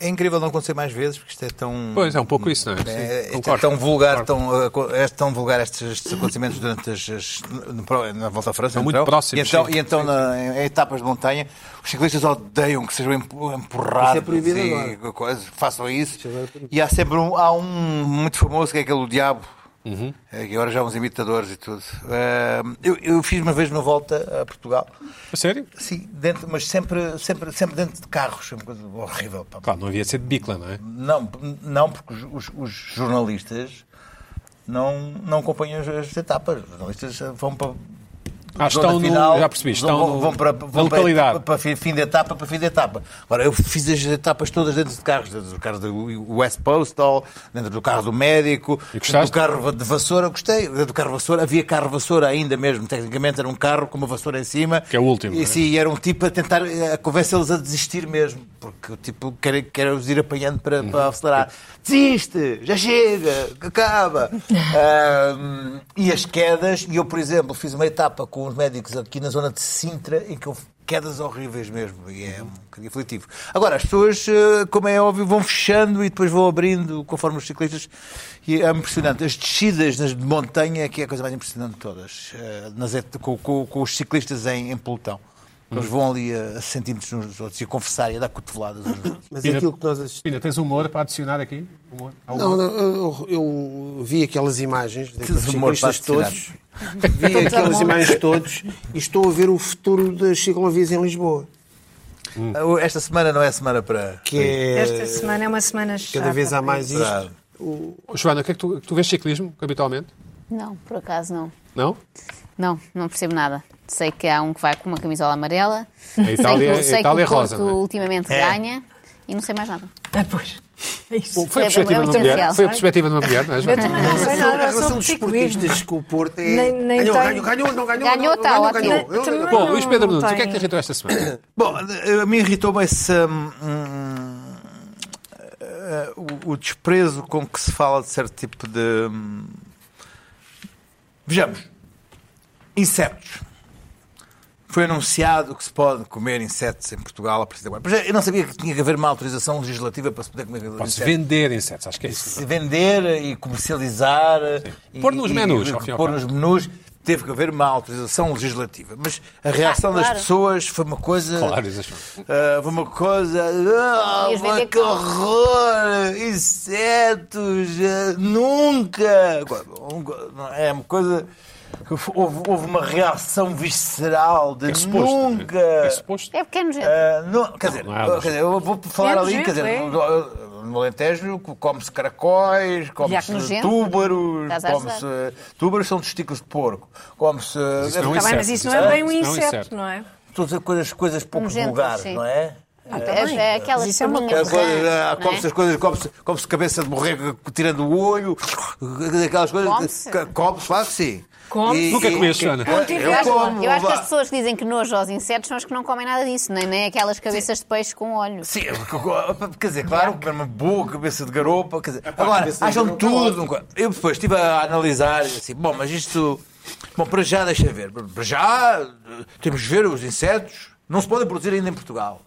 Speaker 5: é incrível não acontecer mais vezes, porque isto é tão.
Speaker 1: Pois, é um pouco isso, não é?
Speaker 5: É,
Speaker 1: Sim,
Speaker 5: é
Speaker 1: concordo,
Speaker 5: tão vulgar,
Speaker 1: concordo.
Speaker 5: tão, uh, é tão vulgar estes, estes acontecimentos durante as, as- no- na Volta à França.
Speaker 1: São muito
Speaker 5: então.
Speaker 1: próximos,
Speaker 5: E então,
Speaker 1: sim.
Speaker 5: e então na- em etapas de montanha, os ciclistas odeiam que sejam empu- empurrados.
Speaker 4: Isso é proibido
Speaker 5: e
Speaker 4: agora. é
Speaker 5: coisas, façam isso. E há sempre um, há um muito famoso que é aquele do Diabo.
Speaker 1: Uhum.
Speaker 5: É, que agora já há uns imitadores e tudo. Eh, eu, eu fiz uma vez uma volta a Portugal,
Speaker 1: A sério?
Speaker 5: sim, dentro, mas sempre, sempre, sempre dentro de carros, uma coisa horrível. pá.
Speaker 1: Claro, não havia de ser de bicla, não é?
Speaker 5: Não, não porque os, os- os jornalistas não, não acompanham as, as etapas. Os jornalistas vão para.
Speaker 1: Ah,
Speaker 5: zona
Speaker 1: estão no-
Speaker 5: final,
Speaker 1: já percebi, estão
Speaker 5: vão,
Speaker 1: no-
Speaker 5: vão para,
Speaker 1: na
Speaker 5: vão para-
Speaker 1: localidade.
Speaker 5: Para, fim- fim de etapa, para fim de etapa. Agora, eu fiz as etapas todas dentro de carros, dentro do carro do West Postal, dentro do carro do médico,
Speaker 1: E gostaste?
Speaker 5: dentro do carro de vassoura, gostei. Dentro do carro de vassoura, havia carro de vassoura ainda mesmo, tecnicamente era um carro com uma vassoura em cima.
Speaker 1: Que é o último,
Speaker 5: E,
Speaker 1: não é?
Speaker 5: sim, e era um tipo a tentar eh, a convencê-los a desistir mesmo, porque o tipo quer, quer os ir apanhando para, para acelerar. Desiste, já chega, que acaba. Ahm, e as quedas, e eu, por exemplo, fiz uma etapa com os médicos aqui na zona de Sintra, em que houve quedas horríveis mesmo, e é um bocadinho aflitivo. Agora, as pessoas, eh, como é óbvio, vão fechando e depois vão abrindo conforme os ciclistas, e é impressionante. As descidas nas de montanha é que é a coisa mais impressionante de todas, eh, nas et- com, com- com os ciclistas em, em pelotão.
Speaker 2: Hum.
Speaker 5: Eles vão ali a, a sentir-nos uns dos outros e a conversar e a dar cotoveladas uns dos outros.
Speaker 2: Mas aquilo que nós assistimos.
Speaker 1: Pina, tens humor para adicionar aqui? Humor? Há humor?
Speaker 2: Não, não, eu, eu vi aquelas imagens daqueles
Speaker 5: humor
Speaker 2: ciclistas
Speaker 5: para
Speaker 2: todos. Vi aquelas imagens todos e estou a ver o futuro das ciclovias em Lisboa.
Speaker 5: Esta semana não é semana para.
Speaker 2: Hum. Que é.
Speaker 3: Esta semana é uma semana chata.
Speaker 2: Cada vez há mais isto.
Speaker 5: para-
Speaker 1: Joana, o que é que tu, tu vês ciclismo, habitualmente?
Speaker 6: Não, por acaso não.
Speaker 1: Não?
Speaker 6: Não, não percebo nada. Sei que há um que vai com uma camisola amarela. sei
Speaker 1: Itália-
Speaker 6: que, o- sei
Speaker 1: a Itália é
Speaker 6: que o Porto
Speaker 1: rosa, não é?
Speaker 6: ultimamente ganha e não sei mais nada.
Speaker 3: Ah, pois. É isso.
Speaker 1: Foi a perspectiva
Speaker 6: É, é
Speaker 1: de uma
Speaker 6: muito
Speaker 1: mulher.
Speaker 6: essencial,
Speaker 1: Foi a
Speaker 6: não é?
Speaker 1: perspectiva de uma mulher, não é,
Speaker 3: Eu
Speaker 1: Joana?
Speaker 3: também não sei
Speaker 2: A
Speaker 3: nada
Speaker 2: relação
Speaker 3: sobre
Speaker 2: dos
Speaker 3: ciclismo.
Speaker 2: esportistas com o Porto é.
Speaker 3: Nem- nem
Speaker 2: ganhou,
Speaker 3: tenho-
Speaker 2: ganhou, ganhou, não ganhou.
Speaker 6: Ganhou,
Speaker 2: não,
Speaker 6: tá
Speaker 2: não,
Speaker 6: ótimo.
Speaker 2: ganhou, ganhou.
Speaker 3: Também
Speaker 1: Bom,
Speaker 3: não-
Speaker 1: Luís Pedro
Speaker 3: não
Speaker 1: Nunes, o que é que te
Speaker 3: tenho.
Speaker 1: irritou esta semana?
Speaker 5: Bom, eh, a mim irritou-me esse. hum, hum, eh, o- o desprezo com que se fala de certo tipo de. hum, Vejamos. Insetos. Foi anunciado que se pode comer insetos em Portugal a partir de agora. Mas Eu não sabia que tinha que haver uma autorização legislativa para se poder comer
Speaker 1: Podes
Speaker 5: insetos.
Speaker 1: vender insetos, acho que é isso.
Speaker 5: se vender e comercializar. e-
Speaker 1: Pôr nos
Speaker 5: e-
Speaker 1: menus,
Speaker 5: e
Speaker 1: ao fim e ao
Speaker 5: Pôr
Speaker 1: cabo.
Speaker 5: nos menus. Teve que haver uma autorização legislativa. Mas a reação das
Speaker 6: claro.
Speaker 5: pessoas foi uma coisa.
Speaker 1: Claro, isso é-
Speaker 5: ah, foi uma coisa. Ah,
Speaker 6: Ias
Speaker 5: mas
Speaker 6: vender
Speaker 5: que
Speaker 6: como?
Speaker 5: horror! Insetos! ah, nunca! Agora, um- É uma coisa. que Houve, houve uma reação visceral de
Speaker 1: É suposto.
Speaker 5: nunca.
Speaker 1: É suposto.
Speaker 6: É pequeno jeito.
Speaker 5: Ah, não, quer, dizer,
Speaker 1: não é nada.
Speaker 5: quer dizer, eu vou falar
Speaker 3: É
Speaker 5: ali,
Speaker 3: nojento,
Speaker 5: quer dizer,
Speaker 3: é.
Speaker 5: no, no Alentejo come-se caracóis, come-se
Speaker 6: nojento.
Speaker 5: túbaros,
Speaker 6: Estás a
Speaker 5: come-se. Túbaros são testículos de porco,
Speaker 1: isso
Speaker 5: come-se.
Speaker 1: não é um
Speaker 3: Tá bem, mas
Speaker 1: Inseto,
Speaker 3: isso não é bem um
Speaker 1: inseto, não é um
Speaker 3: inseto,
Speaker 1: inseto.
Speaker 3: não é?
Speaker 5: Todas as coisas, coisas pouco
Speaker 6: Nojentos,
Speaker 5: vulgares,
Speaker 6: sim.
Speaker 5: não é?
Speaker 6: É, é aquelas
Speaker 3: Isso é uma
Speaker 6: perninhas
Speaker 5: Aquela coisa,
Speaker 6: grandes,
Speaker 5: ah,
Speaker 6: não é?
Speaker 5: Come-se as coisas, come-se come-se cabeça de borrego tirando o olho, aquelas coisas.
Speaker 6: Come-se?
Speaker 5: que- Come-se, claro que sim.
Speaker 3: Come-se.
Speaker 5: E-
Speaker 1: Nunca
Speaker 5: e-
Speaker 1: é comeste, Joana?
Speaker 5: Eu,
Speaker 6: Eu acho,
Speaker 5: como.
Speaker 6: eu acho que
Speaker 5: vá.
Speaker 6: as pessoas que dizem que nojo aos insetos são as que não comem nada disso, nem, nem aquelas cabeças de peixe com óleo.
Speaker 5: Sim, quer dizer, claro, comer uma boa cabeça de garopa, quer dizer, agora, acham tudo. Eu depois estive a analisar, e assim, bom, mas isto, bom, para já, deixa ver, para já, eh, temos de ver os insetos, não se podem produzir ainda em Portugal.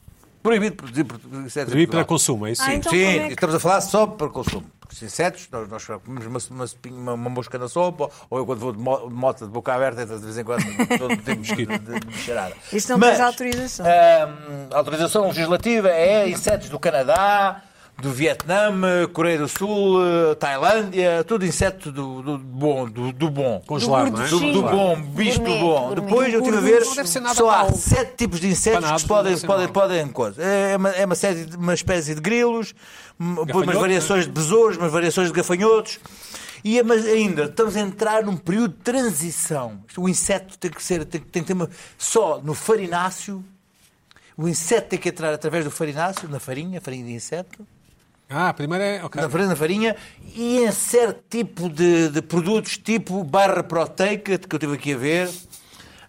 Speaker 5: Proibido produzir portu- insetos em
Speaker 1: Proibido para
Speaker 5: Portugal.
Speaker 1: consumo, é isso?
Speaker 3: Ah,
Speaker 1: Sim.
Speaker 3: então
Speaker 5: Sim,
Speaker 3: como é que-
Speaker 5: estamos a falar só para consumo. Porque os insetos, nós, nós comemos uma, uma, sopinha- uma- uma mosca na sopa, ou eu quando vou de mo- de moto de boca aberta, então de vez em quando, todo o tempo de, de, de cheirada.
Speaker 3: Isto não
Speaker 5: Mas,
Speaker 3: tens autorização.
Speaker 5: hum, autorização legislativa é insetos do Canadá, do Vietnã, Coreia do Sul, eh, Tailândia, tudo inseto do, do bom, do, do bom.
Speaker 1: Congelado, não é?
Speaker 5: Do, do bom, bicho do
Speaker 6: Gourmet,
Speaker 5: bom.
Speaker 6: gourmet.
Speaker 5: Depois eu estive a
Speaker 1: Gourmet
Speaker 5: ver,
Speaker 1: não deve ser nada
Speaker 5: só há
Speaker 1: mau.
Speaker 5: sete tipos de insetos
Speaker 1: Panados,
Speaker 5: que se podem,
Speaker 1: não é? deve
Speaker 5: podem,
Speaker 1: ser
Speaker 5: podem coisa. É uma, é uma, série de- uma espécie de grilos, m- depois umas
Speaker 1: Gafanhotos, né?
Speaker 5: variações de besouros, umas variações de gafanhotos. E, é- mas ainda estamos a entrar num período de transição. O inseto tem que ser, tem, tem que ter uma, só no farináceo. O inseto tem que entrar através do farináceo, na farinha, farinha de inseto
Speaker 1: Ah, primeiro é. ok.
Speaker 5: na farinha, na farinha e em certo tipo de, de produtos, tipo barra proteica, que eu estive aqui a ver.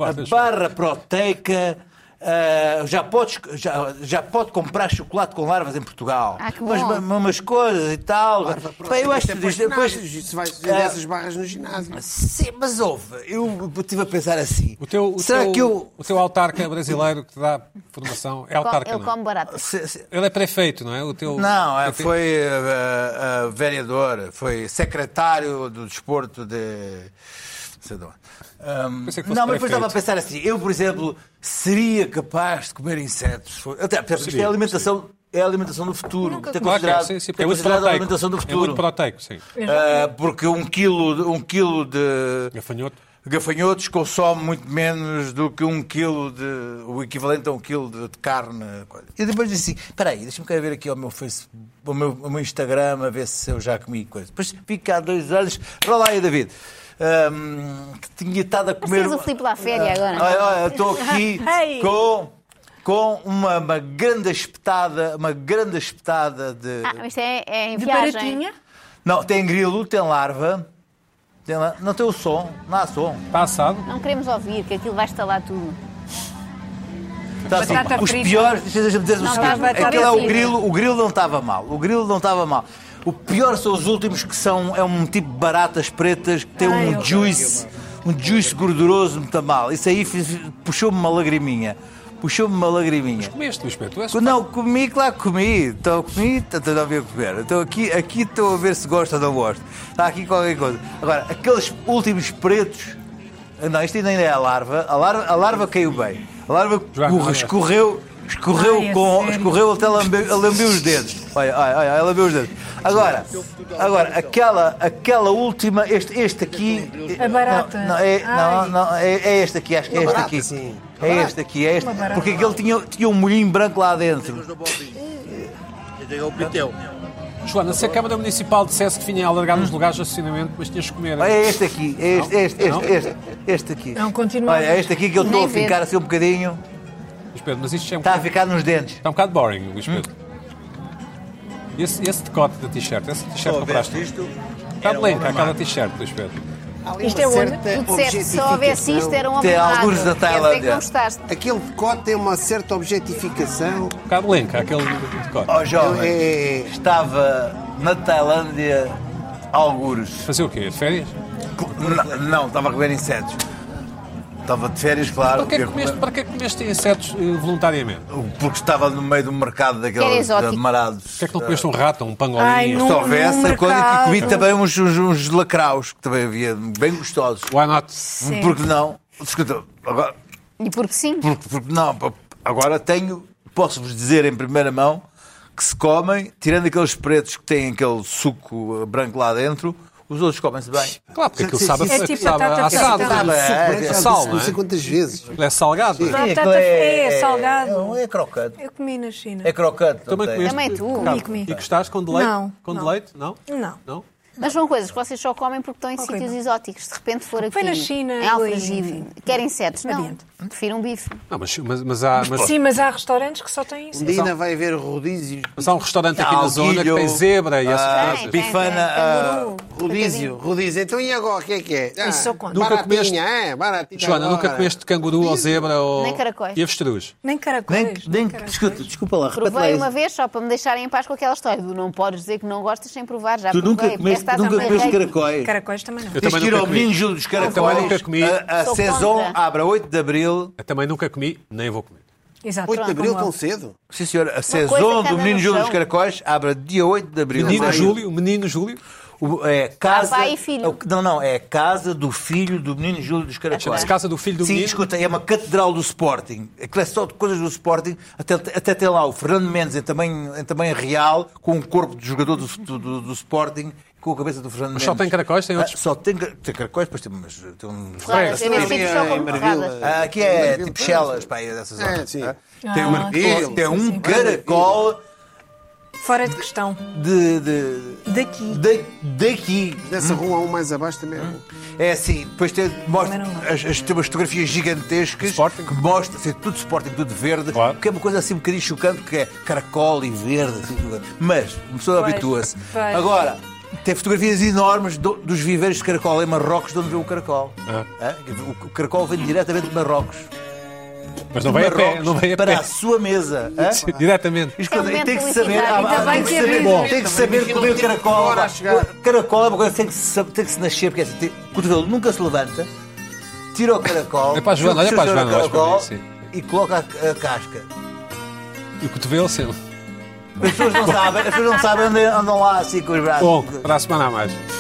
Speaker 1: Ué,
Speaker 5: a
Speaker 1: deixa eu
Speaker 5: barra proteica ah, já, podes, já, já pode comprar chocolate com larvas em Portugal.
Speaker 6: Ah, que
Speaker 5: umas,
Speaker 6: bom.
Speaker 5: ma- umas coisas e tal. Pá, eu acho
Speaker 1: é
Speaker 5: que
Speaker 2: depois,
Speaker 5: isto- depois-
Speaker 2: se vais fazer
Speaker 5: Ah,
Speaker 2: essas barras no ginásio.
Speaker 5: Sim, mas houve. Eu estive a pensar assim.
Speaker 1: O teu, o
Speaker 5: será
Speaker 1: teu,
Speaker 5: que eu.
Speaker 1: o teu autarca brasileiro que te dá formação é autarca,
Speaker 6: Ele
Speaker 1: não?
Speaker 6: come barato.
Speaker 5: se- se-
Speaker 1: Ele é prefeito, não é? O teu,
Speaker 5: Não, é,
Speaker 1: o teu-
Speaker 5: foi eh, eh, vereador, foi secretário do desporto de. Não sei de onde. Ahm,
Speaker 1: Pensei que fosse
Speaker 5: não, mas depois
Speaker 1: prefeito.
Speaker 5: estava a pensar assim. Eu, por exemplo, seria capaz de comer insetos. Foi- Até, até porque isto é alimentação, é alimentação do futuro.
Speaker 3: Nunca
Speaker 5: Isto é
Speaker 1: Claro
Speaker 3: comi.
Speaker 1: que é, sim,
Speaker 5: considerado,
Speaker 1: sim, porque
Speaker 5: é
Speaker 1: é muito
Speaker 5: considerado a
Speaker 1: proteico.
Speaker 5: alimentação do
Speaker 1: É muito
Speaker 5: futuro.
Speaker 1: proteico, sim.
Speaker 5: Ah, porque um quilo, um quilo de
Speaker 1: Gafanhoto.
Speaker 5: gafanhotos consome muito menos do que um quilo de. o equivalente a um quilo de, de carne. coisa. E depois disse assim: espera aí, deixa-me cá ver aqui ao meu Facebook, ao meu, ao meu Instagram, a ver se eu já comi coisa. Depois fica há dois anos, olha lá aí, David. ahm, que tinha estado a comer. Ah, é.
Speaker 6: Vocês o Filipe lá à féria agora.
Speaker 5: Olha, olha, estou aqui
Speaker 3: Ei.
Speaker 5: com, com uma, uma grande espetada, uma grande espetada de.
Speaker 6: Ah, mas isto é, é em
Speaker 3: De
Speaker 6: viagem.
Speaker 3: baratinha?
Speaker 5: Não, tem grilo, tem larva, tem la- não tem o som, não há som.
Speaker 1: Está assado?
Speaker 6: Não queremos ouvir, que aquilo vai estalar tudo.
Speaker 5: Tá assim,
Speaker 3: Batata
Speaker 5: os
Speaker 3: frita.
Speaker 5: piores, deixa-me dizer o
Speaker 6: Não,
Speaker 5: seguinte,
Speaker 3: batata
Speaker 5: aquele é o
Speaker 6: frita.
Speaker 5: grilo, o grilo não estava mal, o grilo não estava mal. O pior são os últimos que são, é um tipo de baratas pretas que tem
Speaker 3: Ai,
Speaker 5: um
Speaker 3: eu-
Speaker 5: juice, um juice gorduroso muito mal. Isso aí fiz- puxou-me uma lagriminha, puxou-me uma lagriminha.
Speaker 1: Comeste, Luís Pedro. Tu és...
Speaker 5: Não, comi, claro que comi. Estou a comer, estou a ver comer. Estou aqui, aqui estou a ver se gosto ou não gosto. Está aqui qualquer coisa. Agora, aqueles últimos pretos. Não, isto ainda é a larva. A larva, a larva caiu bem. A larva
Speaker 1: Joana,
Speaker 5: corre-
Speaker 1: olha.
Speaker 5: escorreu, escorreu,
Speaker 3: Ai, é
Speaker 5: com,
Speaker 3: sério?
Speaker 5: escorreu até lambeu, lambeu os dedos. Olha, olha, olha, ela lambeu os dedos. Agora, agora aquela, aquela última, este, este aqui.
Speaker 3: A barata.
Speaker 5: Não, não, é, não,
Speaker 3: Ai.
Speaker 5: não, é, é este aqui, acho que é este
Speaker 2: barata,
Speaker 5: aqui.
Speaker 2: sim.
Speaker 5: É este aqui, é este.
Speaker 3: Uma barata.
Speaker 5: Porque aquele tinha, tinha um molhinho branco lá dentro.
Speaker 1: Joana, se a Câmara Municipal dissesse que vinha alargar nos lugares de estacionamento, mas tinhas que comer.
Speaker 5: Olha, é este aqui, é este, é este,
Speaker 1: Não?
Speaker 5: este, este, este aqui.
Speaker 3: Não, continua.
Speaker 5: Olha, é este aqui que eu estou a
Speaker 6: Nem ver.
Speaker 5: ficar assim um bocadinho.
Speaker 1: Luís Pedro, mas isto é um,
Speaker 5: Está a
Speaker 1: bocado,
Speaker 5: ficar nos dentes.
Speaker 1: está um bocado boring, Luís Pedro. Esse, esse decote da t-shirt, esse t-shirt que compraste. Está de lenca aquela t-shirt, Luís Pedro.
Speaker 3: Isto é
Speaker 6: Tu disseste que se houvesse isto era um homem
Speaker 5: Tem
Speaker 6: errado.
Speaker 5: algures
Speaker 6: Quer dizer
Speaker 5: da
Speaker 6: que
Speaker 5: Tailândia.
Speaker 6: não gostaste.
Speaker 2: Aquele decote tem uma certa objetificação.
Speaker 1: Um bocado lenca aquele decote.
Speaker 5: Ó jovem,
Speaker 2: É-
Speaker 5: estava na Tailândia algures.
Speaker 1: Fazer o quê? Férias?
Speaker 5: Não, Não, estava a comer insetos. Estava de férias, claro.
Speaker 1: Para que é que
Speaker 5: ia comer-
Speaker 1: comeste, para que é que comeste insetos eh, voluntariamente?
Speaker 5: Porque estava no meio do mercado
Speaker 6: Que era
Speaker 5: daqueles
Speaker 6: exótico.
Speaker 5: amarados.
Speaker 1: Por que é que não comeste um rato ou um pangolim?
Speaker 3: Ai, não.
Speaker 5: Se
Speaker 3: Num-
Speaker 5: houvesse
Speaker 3: num
Speaker 5: a coisa que
Speaker 3: mercado.
Speaker 5: comi também uns, uns, uns lacraus, que também havia bem gostosos.
Speaker 1: Why not?
Speaker 3: Sim.
Speaker 5: Porque não? Escuta, agora,
Speaker 6: E porque sim.
Speaker 5: porque, porque não, agora tenho, posso-vos dizer em primeira mão que se comem, tirando aqueles pretos que têm aquele suco eh, branco lá dentro, os outros comem-se bem.
Speaker 1: Claro, porque aquilo sabe,
Speaker 3: sim, sim. É tipo
Speaker 1: sabe
Speaker 3: batata
Speaker 1: a assado.
Speaker 3: frita.
Speaker 1: não é?
Speaker 5: É,
Speaker 1: É
Speaker 2: Parece
Speaker 1: sal,
Speaker 2: algo
Speaker 1: não
Speaker 2: não sei
Speaker 1: é?
Speaker 2: quantas vezes.
Speaker 1: Ele é salgado. não é?
Speaker 3: Ah, Batata
Speaker 5: Aquilo
Speaker 3: feia, salgado.
Speaker 5: Não, é crocante.
Speaker 3: Eu comi na China.
Speaker 5: É crocante. não
Speaker 1: Também
Speaker 5: tem?
Speaker 1: comeste?
Speaker 3: é
Speaker 6: Também tu.
Speaker 1: Ricardo?
Speaker 3: Comi, comi.
Speaker 1: E gostaste com deleite?
Speaker 3: Não,
Speaker 1: Com
Speaker 3: não.
Speaker 1: deleite? Não?
Speaker 5: É-
Speaker 3: Não.
Speaker 1: Não?
Speaker 6: Mas são coisas que vocês só comem porque estão em
Speaker 3: Horrível.
Speaker 5: então.
Speaker 6: sítios exóticos. De repente for aqui.
Speaker 3: na China,
Speaker 6: Em Alfragide.
Speaker 3: enfim.
Speaker 6: Quer insetos? Não.
Speaker 3: Adiante.
Speaker 6: Prefiro um bife.
Speaker 1: Não, mas, mas, mas há, mas,
Speaker 3: Sim, mas há restaurantes que só têm isso.
Speaker 2: Um dia ainda vai haver rodízio.
Speaker 1: mas há um restaurante aqui na
Speaker 5: Alguilho,
Speaker 1: zona que tem zebra e tipo essas
Speaker 5: ah,
Speaker 1: coisas.
Speaker 5: bife. bifana, ah,
Speaker 2: Rodízio, rodízio. Então e agora? O que é que é?
Speaker 3: Isso sou contra.
Speaker 1: Nunca
Speaker 2: baratinha,
Speaker 1: comeste-
Speaker 2: é? Baratinha
Speaker 1: Joana, nunca
Speaker 2: agora.
Speaker 1: comeste canguru ou zebra ou...
Speaker 6: Nem caracóis.
Speaker 1: E avestruz.
Speaker 3: Nem
Speaker 5: Nem,
Speaker 3: caracóis.
Speaker 5: nem,
Speaker 3: caracóis.
Speaker 5: escuta, desculpa lá, repete lá
Speaker 6: Provei
Speaker 5: isso.
Speaker 6: uma vez só para me deixarem em paz com aquela história do não podes dizer que não gostas sem provar. Já provei.
Speaker 5: Tu
Speaker 6: é
Speaker 5: nunca
Speaker 6: Parece que
Speaker 5: comeste,
Speaker 6: estás a
Speaker 5: nunca
Speaker 6: comer
Speaker 5: comeste
Speaker 6: reino.
Speaker 5: caracóis.
Speaker 3: Caracóis também não.
Speaker 1: Eu
Speaker 5: Tens que ir ao
Speaker 1: nunca comi.
Speaker 5: menino Júlio dos Caracóis.
Speaker 1: Também nunca comi.
Speaker 5: A, a
Speaker 6: Sou
Speaker 5: Saison
Speaker 6: contra.
Speaker 5: abre a 8 de Abril.
Speaker 1: Eu também nunca comi, nem vou comer.
Speaker 3: Exato.
Speaker 2: 8 de Abril
Speaker 3: como
Speaker 2: tão
Speaker 3: eu.
Speaker 2: cedo?
Speaker 5: Sim, senhora. A
Speaker 6: coisa
Speaker 5: Saison
Speaker 6: cada
Speaker 5: do menino Júlio dos
Speaker 6: noção.
Speaker 5: Caracóis abre dia 8 de Abril.
Speaker 1: Menino
Speaker 5: Maio.
Speaker 1: Júlio, menino Júlio,
Speaker 5: O- É casa.
Speaker 6: pai e filho.
Speaker 5: é o- Não, não. É a casa do filho do menino Júlio dos Caracóis.
Speaker 1: É, Chama-se Casa do Filho do
Speaker 5: Sim,
Speaker 1: Menino?
Speaker 5: escuta. É uma catedral do Sporting. Aquilo é só de coisas do Sporting. Até, até tem lá o Fernando Mendes em tamanho, em tamanho real, com o corpo de jogador do, do, do Sporting. Com a cabeça do Fernando
Speaker 1: Mas
Speaker 5: Mendes.
Speaker 1: só tem caracóis? Tem
Speaker 5: Ah,
Speaker 1: outros?
Speaker 5: Só tem, car- tem caracóis, depois tem, mas, tem um uns
Speaker 6: Claro,
Speaker 1: Resto.
Speaker 6: eu nesse
Speaker 2: Ali
Speaker 6: sítio só
Speaker 2: em
Speaker 6: como
Speaker 2: Marvila.
Speaker 6: torradas.
Speaker 5: Ah, aqui é tipo chelas, pá, é dessas
Speaker 2: É,
Speaker 5: horas.
Speaker 2: sim.
Speaker 5: tá?
Speaker 3: Ah,
Speaker 5: Tem um,
Speaker 2: sim,
Speaker 5: tem
Speaker 2: sim,
Speaker 5: um
Speaker 2: sim.
Speaker 5: caracol
Speaker 3: Fora de questão.
Speaker 5: de, de-
Speaker 3: Daqui.
Speaker 5: de- daqui.
Speaker 2: Dessa rua há um mais abaixo também. há um.
Speaker 5: É assim, depois tem, mostra
Speaker 3: Também não gosto.
Speaker 5: as, as, tem umas fotografias gigantescas
Speaker 1: Sporting.
Speaker 5: que mostra assim, tudo Sporting, tudo verde,
Speaker 1: Claro.
Speaker 5: que é uma coisa assim um bocadinho chocante, que é caracol e verde, assim, tudo. mas a pessoa
Speaker 3: Pois,
Speaker 5: habitua-se.
Speaker 3: pois.
Speaker 5: Agora, tem fotografias enormes do- dos viveiros de caracol em Marrocos, de onde vem o caracol.
Speaker 1: Ah.
Speaker 5: Ah, O, o caracol vem diretamente de Marrocos.
Speaker 1: Mas não vai a pé, não vai a
Speaker 5: para
Speaker 1: pé.
Speaker 5: a sua mesa. ah? hã?
Speaker 1: Diretamente.
Speaker 5: Isto
Speaker 6: É um
Speaker 5: quer dizer,
Speaker 6: momento
Speaker 5: tem que
Speaker 6: de
Speaker 5: saber,
Speaker 6: felicidade,
Speaker 5: há-
Speaker 3: ainda
Speaker 5: há-
Speaker 3: bem
Speaker 5: tem que
Speaker 3: que
Speaker 5: saber,
Speaker 3: abriste.
Speaker 5: tem que saber comer o caracol.
Speaker 2: hora a chegar.
Speaker 5: O caracol é uma coisa que tem que, se, tem que se nascer, porque é assim, tem- o cotovelo nunca se levanta, tira o caracol,
Speaker 1: É para a Joana, olha para a
Speaker 5: tira o
Speaker 1: Joana, eu acho que eu
Speaker 5: caracol
Speaker 1: vi, sim.
Speaker 5: e coloca a, a casca.
Speaker 1: E o cotovelo sempre.
Speaker 5: As pessoas não sabem, as pessoas não sabem, andam, andam lá assim com os braços.
Speaker 1: Bom, para a semana a mais.